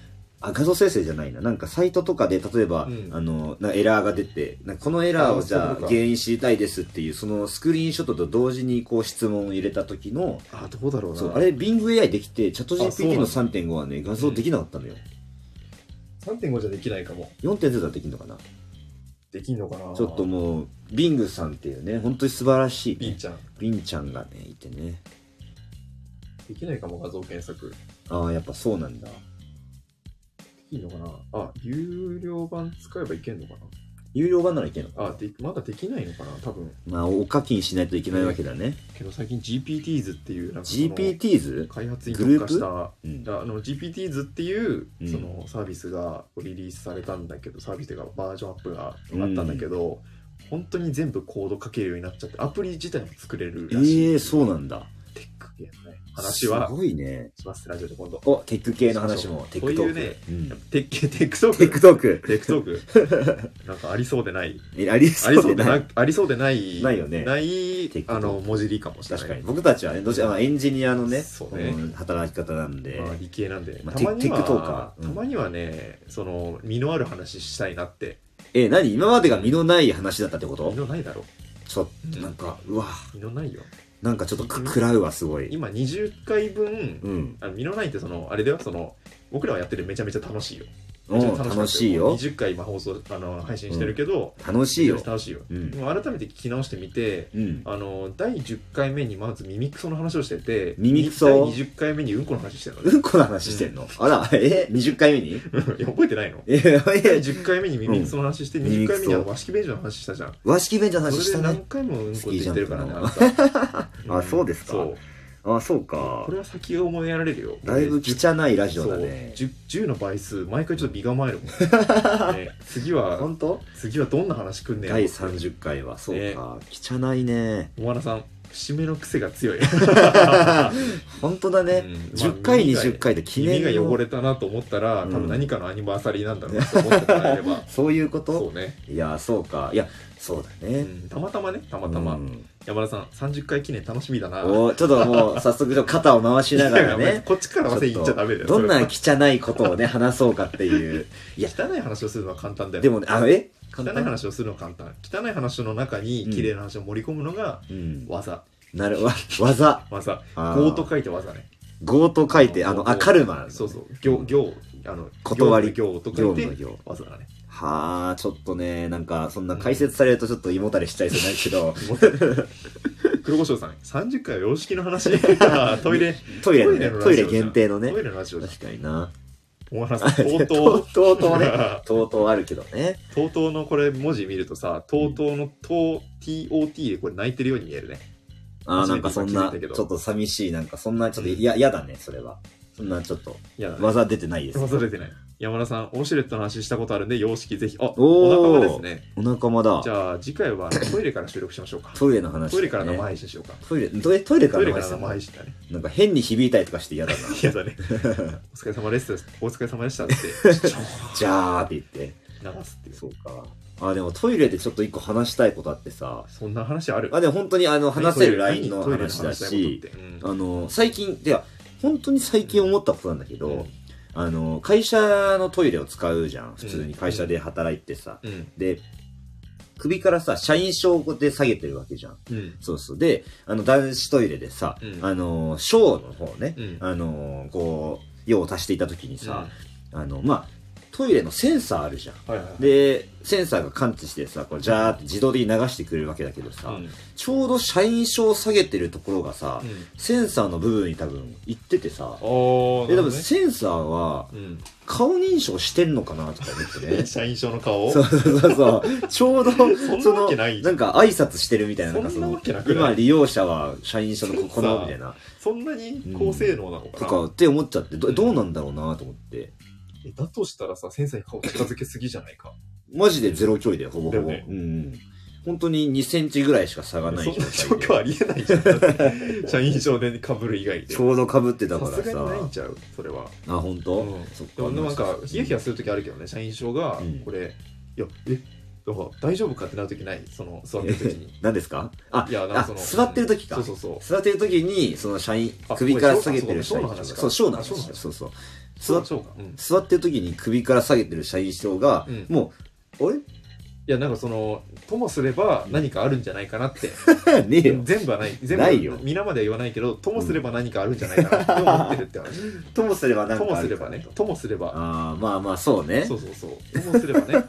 B: あ、画像生成じゃないな。なんかサイトとかで、例えば、
A: うん
B: あの、なんかエラーが出て、なんかこのエラーを
A: あ
B: じゃ
A: そうい
B: あ
A: うことか
B: 原因知りたいですっていう、そのスクリーンショットと同時にこう質問を入れた時の、
A: あ、どうだろうな。
B: そう、あれ、Bing AI できて、チャット
A: あそう
B: GPT
A: なん
B: の
A: だ
B: 3.5はね、画像できなかったのよ。
A: 3.5じゃできないかも。
B: 4.0だとできるのかな
A: できんのかな
B: ちょっともう、ビングさんっていうね、本当に素晴らしい、
A: ビン
B: ね。
A: ちゃん。
B: ビンちゃんがね、いてね。
A: できないかも、画像検索。で
B: ああ、やっぱそうなんだ。
A: きんのかなあ、有料版使えばいけんのか
B: 有料版ならいけんのか
A: なあ、でまだできないのかな多分。
B: まあ、お課金しないといけないわけだね。
A: けど最近 GPTs っていう、なんかその
B: GPTs?
A: 開発に
B: グルー
A: 特化
B: プ
A: した、
B: うん
A: あの GPTs っていう
B: うん
A: そのサービスがリリースされたんだけど、サービスがバージョンアップがあったんだけど、本当に全部コード書けるようになっちゃって、アプリ自体も作れるらしい。
B: ええそうなんだ。
A: テック系のね、話は
B: すごいね。
A: します、ラジオで今度。
B: お、テック系の話も、テ
A: そ
B: ッ
A: うそう
B: クトーク。
A: こういうね
B: うん
A: テック、テックトーク。
B: テックトーク。
A: テックトー
B: [LAUGHS]
A: ク。なんかありそうでない。
B: えあ
A: あ
B: り
A: り
B: そ
A: そううで
B: でな。
A: ないい。ありそうでない。
B: ないよね
A: ない
B: テックトー
A: あ
B: ク
A: の、文字りかもしれない。
B: 確かに。僕たちはね、どちらもエンジニアのね、
A: そうね
B: この働き方なんで。
A: まあ、理系なんで、
B: まあ
A: たまに
B: テックトーカ
A: は、
B: ーうん
A: たまにはね、その、身のある話したいなって。
B: え、何今までが身のない話だったってこと
A: 身のないだろ。
B: ちょっと、なんか、うわ、
A: 身のないよ。
B: なんかちょっとく食らうわ、すごい。
A: 今20回分、
B: うん。
A: あの身のないってその、あれだよ、その、僕らはやってるめちゃめちゃ楽しいよ。
B: おう楽しいよ。
A: 20回今放送、あの、配信してるけど、
B: 楽しいよ
A: めちゃめち。ゃ楽しいよ。
B: うん。
A: 今改めて聞き直してみて、
B: うん。
A: あの第10回目にまずミミクソの話をしてて
B: 耳クソ
A: 第20回目にうんこの話してるの [LAUGHS] ね
B: うんこの話してんのあら、え ?20 回目に
A: いや覚えてないの
B: え、
A: 第
B: え、
A: 10回目にミミクソの話して、
B: ん
A: 20回目にあ
B: 耳
A: の
B: ク
A: 和式ベージュの話したじゃん
B: 和式ベンチャーの話し
A: それ
B: た
A: で
B: ね
A: 何。回もうんこって言ってるからね
B: スキー
A: あ
B: ジ
A: なた
B: あそうですか
A: そう
B: あ、そうか
A: こ。れは先が思いやられるよ
B: だいぶ
A: 10
B: 汚いラジオ
A: そ
B: だ
A: う
B: ね。
A: 10, 10の倍数毎回ちょっと身構えるもん、
B: [LAUGHS]
A: ね、次は
B: 本当
A: 次はどんな話くんねん
B: 第30回はそうか汚いね
A: 小原さん節目の癖が
B: [LAUGHS]
A: 強い
B: 本当だね
A: うん
B: 10回
A: まあ
B: 20回で記
A: 耳
B: 念
A: が汚
B: の
A: れたなと思ったら、
B: うん
A: 多分何かのアニバーサリーなんだろうなと思ってもらえれば
B: [LAUGHS] そういうこと
A: そうね、
B: いやそうかいやそうだ
A: う
B: ね
A: ん、たまたまねたまたま、
B: うん
A: 山田さん30回記念楽しみだな
B: おちょっともう早速ちょっと肩を回しながら
A: いやいや [LAUGHS]
B: ね
A: こっちからはせ言っちゃダメだよ
B: どんな
A: そ
B: 汚いことをね話そうかっ
A: [LAUGHS]
B: ていう
A: れは汚い話をするのは簡単だよ
B: でもねあえ
A: 汚い話をするのは簡単汚い話の中に綺麗な話を盛り込むのが
B: うん
A: 技、
B: なるわ技
A: 技
B: あー
A: 業と書いて技ね
B: 強と書いてあのあカルマ
A: そうそう行行あの
B: 断り
A: 行と書
B: 業
A: い
B: 務の
A: て
B: 行
A: 技だね
B: はあちょっとねなんかそんな解説されるとちょっと胃もたれしちゃいそうなんですけど
A: 黒胡椒さん30回は洋式の
B: [LAUGHS]
A: 話 [LAUGHS] トイレ
B: トイレのねト
A: ト
B: イ
A: イレのラジオじ
B: レ
A: ゃん
B: 限定のね
A: トイレの話を
B: 確かにな。
A: 小原さんとうとう
B: とうとうとうね。
A: [LAUGHS]
B: とうとうあるけどね。
A: とうとうのこれ文字見るとさ、とうとうのとう、TOT でこれ泣いてるように見えるね。
B: ああ、なんかそんな、
A: 初めて今気づいたけ
B: ち
A: ど
B: ょっと寂しい、なんかそんな、ちょっと
A: うん
B: 嫌、やだね、それは。そんなちょっと、
A: いやだね。
B: 技出てないです。
A: 忘れてない。山田さん、オシュレットの話したことあるんで、様式ぜひ。あ、
B: おー
A: お仲間ですね。
B: お仲間だ
A: じゃあ、次回
B: [LAUGHS]
A: はトイレから収録しましょうか。
B: トイレの話、
A: トイレから生配信しようか。
B: トイレトイレトイレか
A: トイ
B: ら
A: レ
B: 名
A: から
B: 前
A: 生配信だね。
B: なんか変に響いたりとかして嫌
A: [LAUGHS]
B: だな
A: いやだね。
B: [LAUGHS]
A: お疲れ様でした。お疲れ様でしたって。ちょ
B: じゃーって言って
A: 流すっていう。
B: そうかあでもトイレでちょっと一個話したいことあってさ
A: そんな話ある
B: あでも本当にあの話せるライ
A: 何
B: ンの
A: トイレ
B: 話だ
A: トイレ
B: し
A: の話したいことって
B: あの最近いや本当に最近思ったことなんだけど、
A: うん
B: あの会社のトイレを使うじゃん普通に会社で働いてさ、
A: うん。
B: で首からさ社員証で下げてるわけじゃん
A: うん。うん。
B: そうそうであの男子トイレでさ、
A: うん
B: あの章の方ね、
A: うん
B: あのこう用を足していた時にさ、あのまあトイレのセンサーあるじゃん
A: うん、はいはいはい。
B: でセンサーが感知してさこうジャーって自動で流してくれるわけだけどさ、
A: うんうん
B: ちょうど社員証を下げてるところがさ、センサーの部分に多分行っててさ、
A: おー、
B: で
A: な
B: 多
A: るほ
B: 分
A: どね
B: センサーは
A: うん
B: 顔認証してんのかなとか思っ
A: [LAUGHS]
B: て
A: え
B: ね。
A: 社員証の顔
B: そうそうそうそう。ちょうど、そ
A: んなわけない
B: の、なんか挨拶してるみたいな、なんか
A: そ
B: そ
A: んなわ
B: の
A: けな、くない
B: 今利用者は社員証のこ
A: セ
B: こ
A: ンサ
B: の、
A: ー
B: みたいな、
A: そんなに高性能なのか
B: と
A: な、
B: かって思っちゃって、ど
A: うん
B: どうなんだろうなと思って。
A: えだとしたらさ、先生に顔近づけすぎじゃないか。
B: マジでゼロ距離だよ、ほぼほぼ。
A: だよね
B: うんうん。本当に2センチぐらいしか差が
A: そん
B: な
A: ない状
B: 状態で
A: 況ありえないじゃん。だって社員証で被る以外で。
B: ちょうど被ってたか
A: さ
B: ら
A: すがにないん
B: さ。
A: ちゃう、それは。
B: あ、本当、
A: うん
B: そっか
A: でもなんか、ヒヤヒヤするときあるけどね、社員証が
B: うん、
A: これ、いや、え、だから大丈夫かってなるときない、その、座ってるときに。
B: 何ですかあ
A: いや、なんか
B: あ
A: その。
B: 座ってる時か、
A: そうそうそう。
B: 座ってる時にその社員
A: あ
B: 首から下げてる社員
A: そうだそ
B: 証
A: うだ
B: そうショーの
A: そうだそう
B: 話
A: だ
B: そうそう
A: そ
B: 座
A: うそうか。うん。い
B: 座ってる時に首から下げてる社員証が、
A: うん
B: もう
A: や、なんかその、ともすれば何かあるんじゃないかな
B: [LAUGHS]
A: って。
B: あれねえよ
A: 全部はない。全部
B: ないよ
A: 皆までは言わないけど、ともすれば何かあるんじゃないかなって思ってるって話。
B: ともすればなん
A: と
B: か
A: も
B: あ
A: すれ
B: るか
A: ば
B: な
A: ね
B: と。
A: ともすれば。
B: ああまあまあそうね
A: そうそうそう。ともすればね。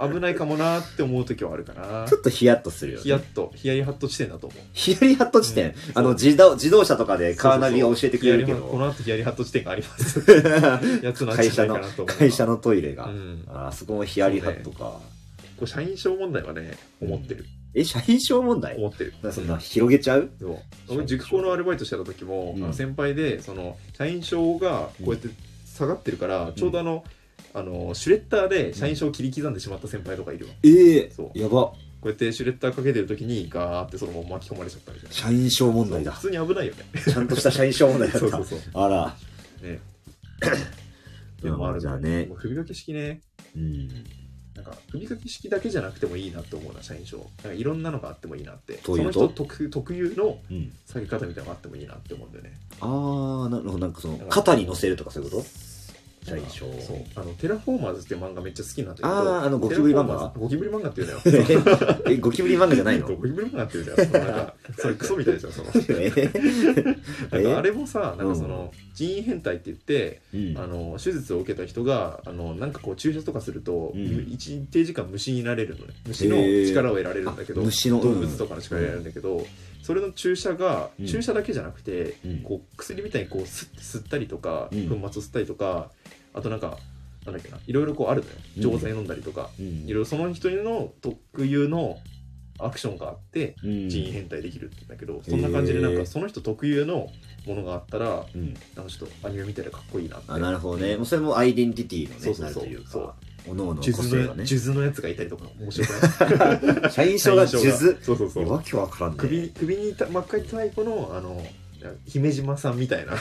A: 危ないかもなーって思うときはあるかな
B: ち。ょっとヒヤッとするよ
A: ヒヤ
B: ね
A: ッと、ヒヤリハット地点だと思う。
B: ヒヤリハット地
A: う
B: 点、
A: ん
B: あの自動自動車とかでカーナビが教えてくれるけ
A: ヒヤリハこ
B: ど
A: の後ヒヤリハット地点がありますやつなんじ
B: 会
A: ゃな
B: 社
A: い
B: の
A: かなと思う
B: 会社のトイレが、
A: うん
B: あーそこもヒヤリハットか、
A: これ社員証問題はね思ってる
B: え社員証問題
A: 思ってる
B: なんかそんな広げちゃう
A: そう俺塾講のアルバイトしてた時も、
B: うん
A: あの先輩でその社員証がこうやって下がってるから、ちょうどあのあのシュレッダーで社員証を切り刻んでしまった先輩とかいるわ
B: ええ
A: そう
B: やば
A: こうやってシュレッダーかけてる時にガーってそのまま巻き込まれちゃったみたいな
B: 社員証問題だ
A: 普通に危ないよね
B: ちゃんとした社員証問題だった
A: そう [LAUGHS] そうそう
B: あら、
A: ね
B: [COUGHS] でもあるじゃあね
A: もう首掛け式ね
B: うん、
A: なんか首掛け式だけじゃなくてもいいなって思うな社員証なんかいろんなのがあってもいいなって
B: というと
A: その人特特有の
B: うん、
A: 下げ方みたいなのがあってもいいなって思うんだよね
B: ああなるほどなんかその肩に乗せるとかそういうこと社員証
A: そうあのテラフォーマーズって漫画めっちゃ好きなんだけど
B: あーあのゴキブリ漫画
A: テラフォーマーズゴキブリ漫画
B: [LAUGHS]
A: って言うのよ
B: ええゴキブリ漫画じゃないの
A: [LAUGHS] ゴキブリ漫画って言うのよそのなん
B: [LAUGHS]
A: かそれクソみたいですよその
B: え
A: なんかあ
B: れ、
A: れもさなんかその人員変態って言って
B: うん、
A: あの手術を受けた人があのなんかこう注射とかすると、
B: うん
A: 一定時間虫になれるのね虫の
B: へー
A: 力を得られるんだけど
B: あ虫の
A: 動物とかの力を得られるんだけど、それの注射が、
B: うん
A: 注射だけじゃなくて、
B: うん
A: こう薬みたいにこう吸って吸ったりとか、
B: うん
A: 粉末を吸ったりとかあとなんかなんだっけないろいろこうあるのよ
B: うん
A: 錠剤飲んだりとか、
B: うん
A: いろいろその人の特有のアクションがあって
B: うん
A: 人員変態できるんだけど、そんな感じでなん
B: へー
A: かその人特有のものがあったら
B: うん、
A: なんかちょっとアニメみたいでかっこいいなって
B: あなるほどねもうそれもアイデンティティのね
A: そうそうそう
B: なるという
A: そ
B: か
A: う
B: おのおの個
A: 数珠
B: 性
A: の,、
B: がね
A: のやつがいたりとか面白
B: [LAUGHS]
A: くない
B: 社員 [LAUGHS] 証が数珠
A: そうそうそう
B: わけわからんね
A: 首首にた真っ赤い太鼓のあの姫島さんみたいな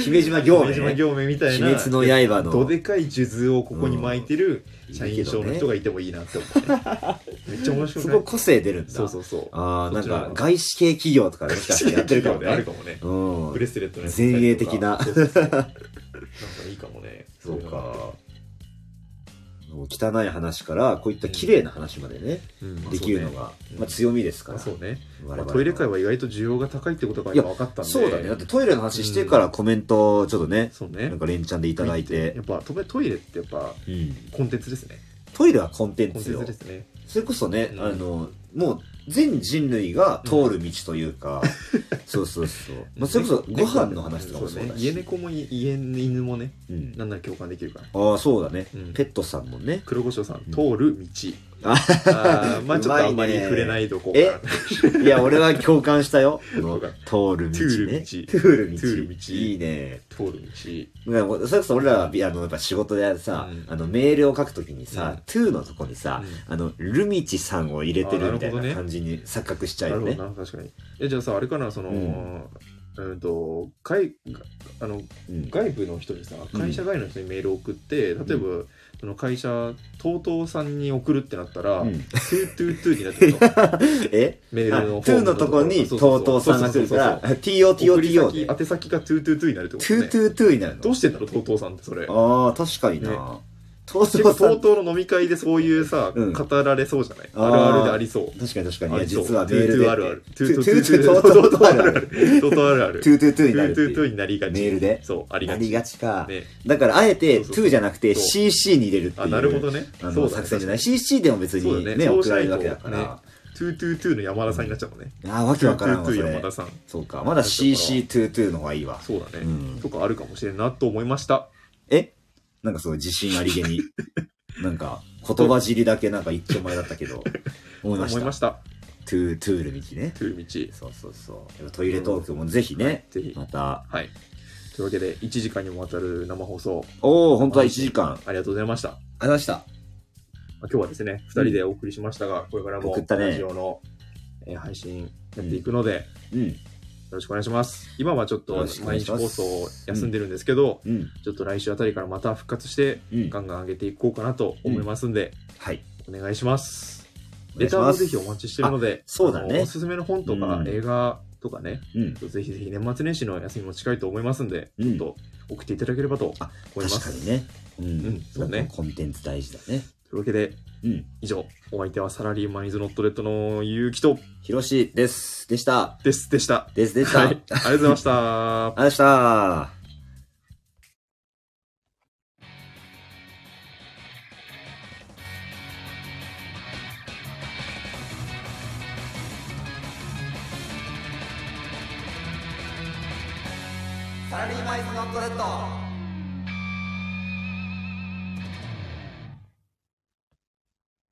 B: 姫島 [LAUGHS] 行
A: 姫島
B: ね
A: 行名みたいな
B: 鬼滅の刃の
A: どでかい数珠をここに巻いてる社員証の人がいてもいいなって思う、めっちゃ面白
B: す
A: くな
B: ごい
A: い
B: 個性出るんだ
A: そうそうそう
B: ああな
A: そ
B: ん
A: っち
B: か
A: の
B: 外資系企業とかねもしかしてやってるかも
A: ある [LAUGHS]
B: ね
A: かもね
B: うん
A: ブレスレットのやつ
B: 前衛的な
A: そうそうそうなんかいいかもね
B: そう
A: いのがあって
B: か。汚い話から、こういった綺麗な話までね、
A: うんまあ
B: できるのが、
A: うん
B: まあ強みですか
A: まあ
B: ら。
A: そうね、
B: 我
A: まあ
B: 々の
A: トイレ界は意外と需要が高いってことが今分かったんで
B: そうだね。だってトイレの話してからコメントをちょっとね、
A: そう
B: な
A: ね
B: んか連チャンでいただいて
A: や、っぱトイレトイレってやっぱ
B: うん
A: コンテンツですね
B: トイレはコンテン
A: コン
B: ツ
A: テン
B: よ
A: ツで。すね
B: それこそね、
A: うん
B: あの、もう全人類が通る道というか、そうそ
A: [LAUGHS]
B: うそう。まあそれこそご飯の話とかもそう
A: ね
B: だ
A: 家
B: し。
A: 猫もい家犬もね
B: うん
A: なんなら共感できるから
B: ああ、そうだね
A: うん。
B: ペットさんもね、
A: 黒胡椒さん
B: うん
A: 通る道
B: [LAUGHS] あ
A: あーまあちょっとあんまり触れないとこ
B: えいや、俺は共感したよ。の通る道ね。
A: 通る道
B: 通る道。
A: 通る道
B: いいね。
A: 通る道
B: なんかそれこそ俺らは、いやあの、やっぱ仕事でさ、
A: うん
B: あの、メールを書くときに
A: うん
B: さ、トゥーのとこにさ、あの、ルミチさんを入れてるみたい
A: あなるほどね
B: な感じに錯覚しちゃう
A: な
B: よ
A: るほ
B: ね。
A: どな確かにえじゃあさあれかなその、う
B: うんん
A: と外あの
B: うん
A: 外部の人にさ
B: ん
A: 会社外の人にメールを送って、例えば、その会社 TOTO さんに送るってなったら、
B: う
A: ト
B: ん
A: ゥートゥートゥーになってる
B: [LAUGHS]
A: の
B: え
A: メ
B: あ
A: ールの
B: トゥーのとこに、
A: そ
B: と
A: うそう
B: う
A: そ
B: と
A: う
B: うさんが来るから、TOTOTO
A: 送
B: で、
A: り先
B: トゥー
A: 宛先がトゥートゥートゥーになるってこと
B: ト
A: ね
B: ゥートゥになる
A: ど
B: の
A: う。してんだろう TOTO さんってそれ
B: ああ、確かにな。とう
A: 結
B: と
A: 構
B: うさん
A: TOTO の飲み会でそういうさ、
B: うん
A: 語られそうじゃない
B: あー
A: あるあるでありそう
B: 確かに確かに。い
A: あ
B: や、
A: りそう
B: 実はメールで。
A: トゥートゥーあるある
B: トゥートゥー
A: トゥートゥー
B: トゥートゥー
A: あ
B: あ
A: るあ
B: るあ
A: る
B: る。
A: トゥーあるある
B: トゥートゥートゥーになるって
A: トゥートゥー
B: いう。
A: になりがち
B: メールで
A: そうあり
B: な
A: が
B: り
A: ち
B: がちか。
A: ね
B: だから、あえて、
A: そうそうそう
B: to じゃなくて、
A: そう
B: cc に入れるっていう。
A: あなるほどね
B: あ
A: そうだ
B: の、
A: ね
B: 作戦じゃない。cc でも別
A: そう
B: に
A: だね
B: ね、
A: そう
B: 送
A: し
B: ら
A: ない
B: れ
A: と
B: るわけだから。
A: トゥートゥートゥーの山田さんになっちゃうのね
B: ああ、わけわからんわ、
A: ト
B: そ
A: ゥートゥートゥー山
B: れ
A: 田。さん
B: そうか。まだ cc22 の方がいいわ。
A: そうだね、
B: うん
A: とかあるかもしれんなと思いました
B: えなんかすごい自信あり
A: [LAUGHS]
B: げに。なんか、言葉尻だけなんか一丁前だったけど、思
A: 思
B: いました
A: いま。した
B: トゥー、トゥール道ね。
A: トゥー道
B: そうそうそう。やっぱトイレトークもぜひね、
A: ぜひ
B: また。
A: はいというわけで1時間にもわたる生放送
B: おお、本当は1時間。あ
A: ありがとうございました
B: りました。
A: まあ今日はですね、2人でお送りしましたが、これからも
B: 送ったね
A: ラジオの、えー配信やっていくので、よ
B: うん。
A: ろしくお願いします。今はちょっ
B: よ
A: と
B: ろしくお願
A: 毎
B: い
A: 日
B: しま
A: 放
B: す
A: 送休んでるんですけど、
B: うん。
A: ちょっと来週あたりからまた復活して、
B: うん。
A: ガンガン上げていこうかなと思いますんで、
B: はい。
A: お願いします。
B: お願
A: レ
B: いし
A: ターも
B: ます
A: ぜひお待ちしてるので、
B: そうだね
A: あのおすすめの本とか、
B: うん
A: 映画とかね、
B: うん。
A: ぜひぜひ年末年始の休みも近いと思いますんで、
B: うん
A: ちょっと送っていただければと思い
B: あ
A: ま
B: 確か
A: す。
B: にね。うん。
A: うんそうね
B: コンテンツ大事だね。
A: というわけで、
B: うん。
A: 以上、お相手はサラリーマンイズノットレッドのゆうきと
B: ひろしです。でした。
A: ですでした。
B: です、でした。
A: は
B: あ
A: い、あ
B: り
A: りがとうございました。
B: がとうございました。
C: サラリーマイズノットレッド